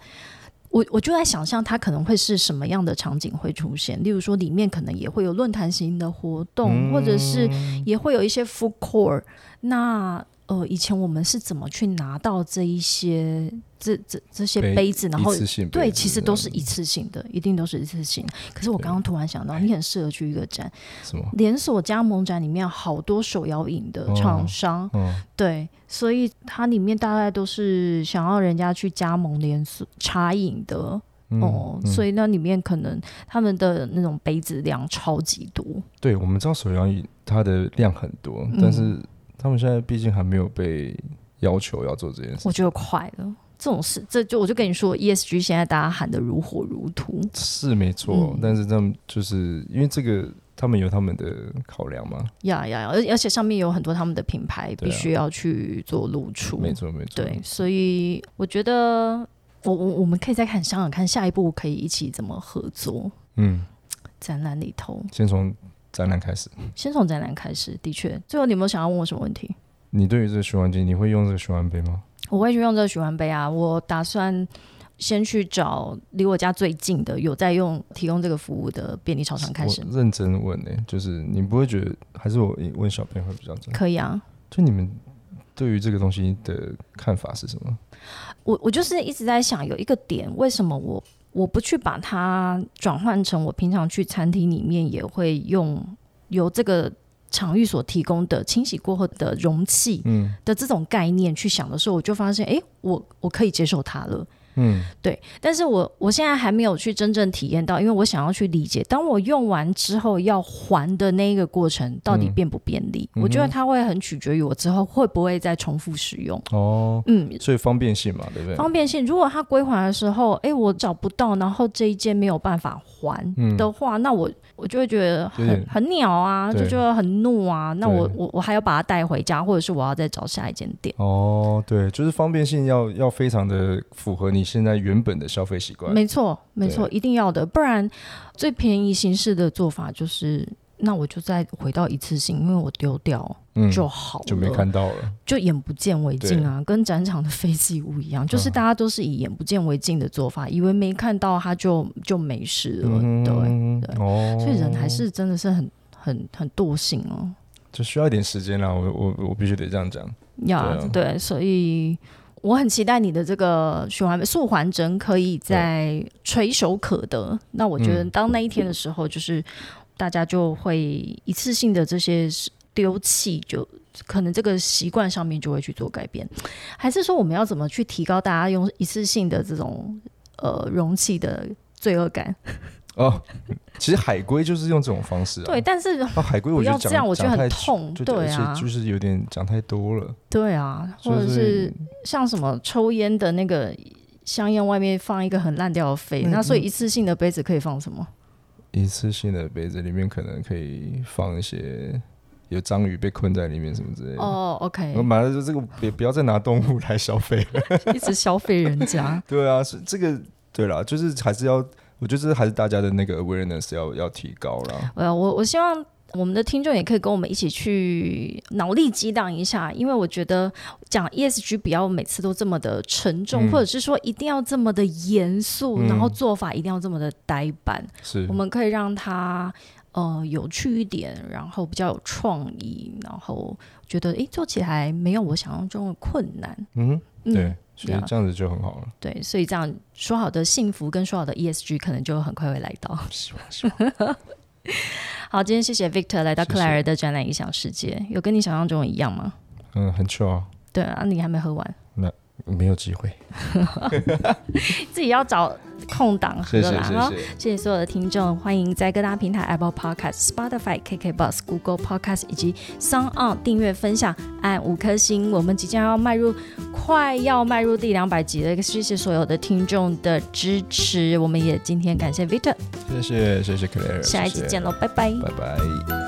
[SPEAKER 1] 我我就在想象它可能会是什么样的场景会出现，例如说里面可能也会
[SPEAKER 2] 嗯
[SPEAKER 1] 有论坛型的活动，或者是也会有一些 food court。那呃，以前我们是怎么去拿到这一些这这这些
[SPEAKER 2] 杯
[SPEAKER 1] 杯子，然后
[SPEAKER 2] 一次嗯性杯
[SPEAKER 1] 对，
[SPEAKER 2] 子
[SPEAKER 1] 其实都是一次性的，一定都是一次性。可是我刚刚突然想到，你很适合去一个展，
[SPEAKER 2] 哎什么？
[SPEAKER 1] 连锁加盟展里面有好多手摇饮的
[SPEAKER 2] 哦
[SPEAKER 1] 厂商，
[SPEAKER 2] 嗯，
[SPEAKER 1] 对，所以它里面大概都是想要人家去加盟连锁茶饮的
[SPEAKER 2] 嗯
[SPEAKER 1] 哦，所
[SPEAKER 2] 以
[SPEAKER 1] 以那里面可能他们的那种杯子量超级多，
[SPEAKER 2] 对我们知道手摇椅它的量很多，
[SPEAKER 1] 嗯
[SPEAKER 2] 但是他们现在毕竟还没有被要求要做这件事，
[SPEAKER 1] 我觉得快了。这种事，这就我就跟你说，ESG 现在大家喊得如火如荼，
[SPEAKER 2] 是没错，
[SPEAKER 1] 嗯
[SPEAKER 2] 但是他们就是因为这个，他们有他们的考量嘛，
[SPEAKER 1] 呀呀呀！而而且上面有很多他们的品牌
[SPEAKER 2] 对
[SPEAKER 1] 必
[SPEAKER 2] 啊
[SPEAKER 1] 须要去做露出，
[SPEAKER 2] 没错没错，
[SPEAKER 1] 嗯对，所以我觉得我我我们可以再看想想看下一步可以一起怎么合作。
[SPEAKER 2] 嗯，
[SPEAKER 1] 展览里头，
[SPEAKER 2] 先从展览开始。
[SPEAKER 1] 先从展览开始。的确，最后你有没有想要问我什么问题？
[SPEAKER 2] 你对于这个循环机，你会用这个循环杯吗？
[SPEAKER 1] 我会去用这个循环杯啊，我打算先去找离我家最近的有在用提供这个服务的便利超商开始
[SPEAKER 2] 我。认真问呢、就是你不会觉得，还是我问小朋友会比较真。
[SPEAKER 1] 可以啊，
[SPEAKER 2] 就你们对于这个东西的看法是什么？
[SPEAKER 1] 我我就是一直在想，有一个点，为什么我我不去把它转换成我平常去餐厅里面也会用由这个场域所提供的清洗过后的容器
[SPEAKER 2] 嗯
[SPEAKER 1] 的这种概念去想的时候，我就发现，诶，我我可以接受它了。
[SPEAKER 2] 嗯，
[SPEAKER 1] 对，但是我我现在还没有去真正体验到，因为我想要去理解，当我用完之后要还的那一个过程到底
[SPEAKER 2] 嗯
[SPEAKER 1] 便不便利？
[SPEAKER 2] 嗯哼
[SPEAKER 1] 我觉得它会很取决于我之后会不会再重复使用。
[SPEAKER 2] 哦，
[SPEAKER 1] 嗯，
[SPEAKER 2] 所以方便性嘛，对不对？
[SPEAKER 1] 方便性，如果它归还的时候，诶，我找不到，然后这一件没有办法还的话，那我我就会觉得很
[SPEAKER 2] 嗯有点
[SPEAKER 1] 很鸟啊，
[SPEAKER 2] 对
[SPEAKER 1] 就觉得很怒啊。那我
[SPEAKER 2] 对
[SPEAKER 1] 我我还要把它带回家，或者是我要再找下一间店。
[SPEAKER 2] 哦，对，就是方便性要要非常的符合你现在原本的消费习惯。
[SPEAKER 1] 没错，没错，一定要的，不然最便宜形式的做法就是，那我就再回到一次性，因为我丢掉
[SPEAKER 2] 嗯，
[SPEAKER 1] 就好了，
[SPEAKER 2] 就没看到了。
[SPEAKER 1] 就眼不见为净啊，跟展场的废弃物一样，
[SPEAKER 2] 啊
[SPEAKER 1] 就是大家都是以眼不见为净的做法，以为没看到它就就没事了，对，
[SPEAKER 2] 嗯
[SPEAKER 1] 对
[SPEAKER 2] 哦，
[SPEAKER 1] 所以人还是真的是很很很惰性哦，
[SPEAKER 2] 就需要一点时间啦。我我我必须得这样讲。
[SPEAKER 1] 呀、
[SPEAKER 2] 对啊
[SPEAKER 1] 对，所以。我很期待你的这个循环速环针可以在垂手可得。那我觉得
[SPEAKER 2] 嗯
[SPEAKER 1] 当那一天的时候，就是大家就会一次性的这些丢弃，就可能这个习惯上面就会去做改变。还是说我们要怎么去提高大家用一次性的这种呃容器的罪恶感？
[SPEAKER 2] 哦，其实海龟就是用这种方式啊。
[SPEAKER 1] 对，但是
[SPEAKER 2] 啊，海龟
[SPEAKER 1] 不
[SPEAKER 2] 我觉
[SPEAKER 1] 要
[SPEAKER 2] 得
[SPEAKER 1] 这
[SPEAKER 2] 讲
[SPEAKER 1] 样，我觉
[SPEAKER 2] 讲
[SPEAKER 1] 得
[SPEAKER 2] 太
[SPEAKER 1] 很痛。
[SPEAKER 2] 就
[SPEAKER 1] 对啊，
[SPEAKER 2] 而且就是有点讲太多了，
[SPEAKER 1] 对啊，或者
[SPEAKER 2] 就是
[SPEAKER 1] 像什么抽烟的那个香烟外面放一个很烂掉的肺，
[SPEAKER 2] 嗯
[SPEAKER 1] 那所以
[SPEAKER 2] 嗯
[SPEAKER 1] 一次性的杯子可以放什么？
[SPEAKER 2] 一次性的杯子里面可能可以放一些有章鱼被困在里面什么之类的。
[SPEAKER 1] 哦
[SPEAKER 2] 我
[SPEAKER 1] ，OK，
[SPEAKER 2] 买了就这个，别不要再拿动物来消费了。。
[SPEAKER 1] 一直消费人 [LAUGHS] 家
[SPEAKER 2] 对啊，是这个对啦，就是还是要，我觉得这还是大家的那个 awareness 要要提高啦。
[SPEAKER 1] 呃，我我希望。我们的听众也可以跟我们一起去脑力激荡一下，因为我觉得讲 ESG 不要每次都这么的沉重，
[SPEAKER 2] 嗯
[SPEAKER 1] 或者是说一定要这么的严肃，
[SPEAKER 2] 嗯
[SPEAKER 1] 然后做法一定要这么的呆板。
[SPEAKER 2] 是
[SPEAKER 1] 我，们可以让它呃有趣一点，然后比较有创意，然后觉得诶做起来没有我想象中的困难。
[SPEAKER 2] 嗯，
[SPEAKER 1] 嗯、
[SPEAKER 2] 对，所以
[SPEAKER 1] 呀
[SPEAKER 2] 这样子就很好了。
[SPEAKER 1] 对所以这样说好的幸福跟说好的 ESG 可能就很快会来到。
[SPEAKER 2] 希望希望，
[SPEAKER 1] [LAUGHS] 好，今天谢谢 Victor 来到
[SPEAKER 2] 谢谢
[SPEAKER 1] 克莱尔的展览影响世界，有跟你想象中的一样吗？
[SPEAKER 2] 嗯，很 chill 啊，
[SPEAKER 1] 对啊，你还没喝完，
[SPEAKER 2] 没有机会。
[SPEAKER 1] 自己要找空档喝
[SPEAKER 2] 谢谢
[SPEAKER 1] 啦。
[SPEAKER 2] 谢
[SPEAKER 1] 好
[SPEAKER 2] 谢，
[SPEAKER 1] 谢谢所有的听众，欢迎在各大平台 Apple Podcast、Spotify、KK Bus、Google Podcast 以及 Sound On 订阅分享，按五颗星。我们即将要迈入，快要迈入第两百集了，谢谢所有的听众的支持。我们也今天感谢 Victor，
[SPEAKER 2] 谢谢谢谢 Claire，
[SPEAKER 1] 下一集见喽，拜拜。
[SPEAKER 2] 拜拜。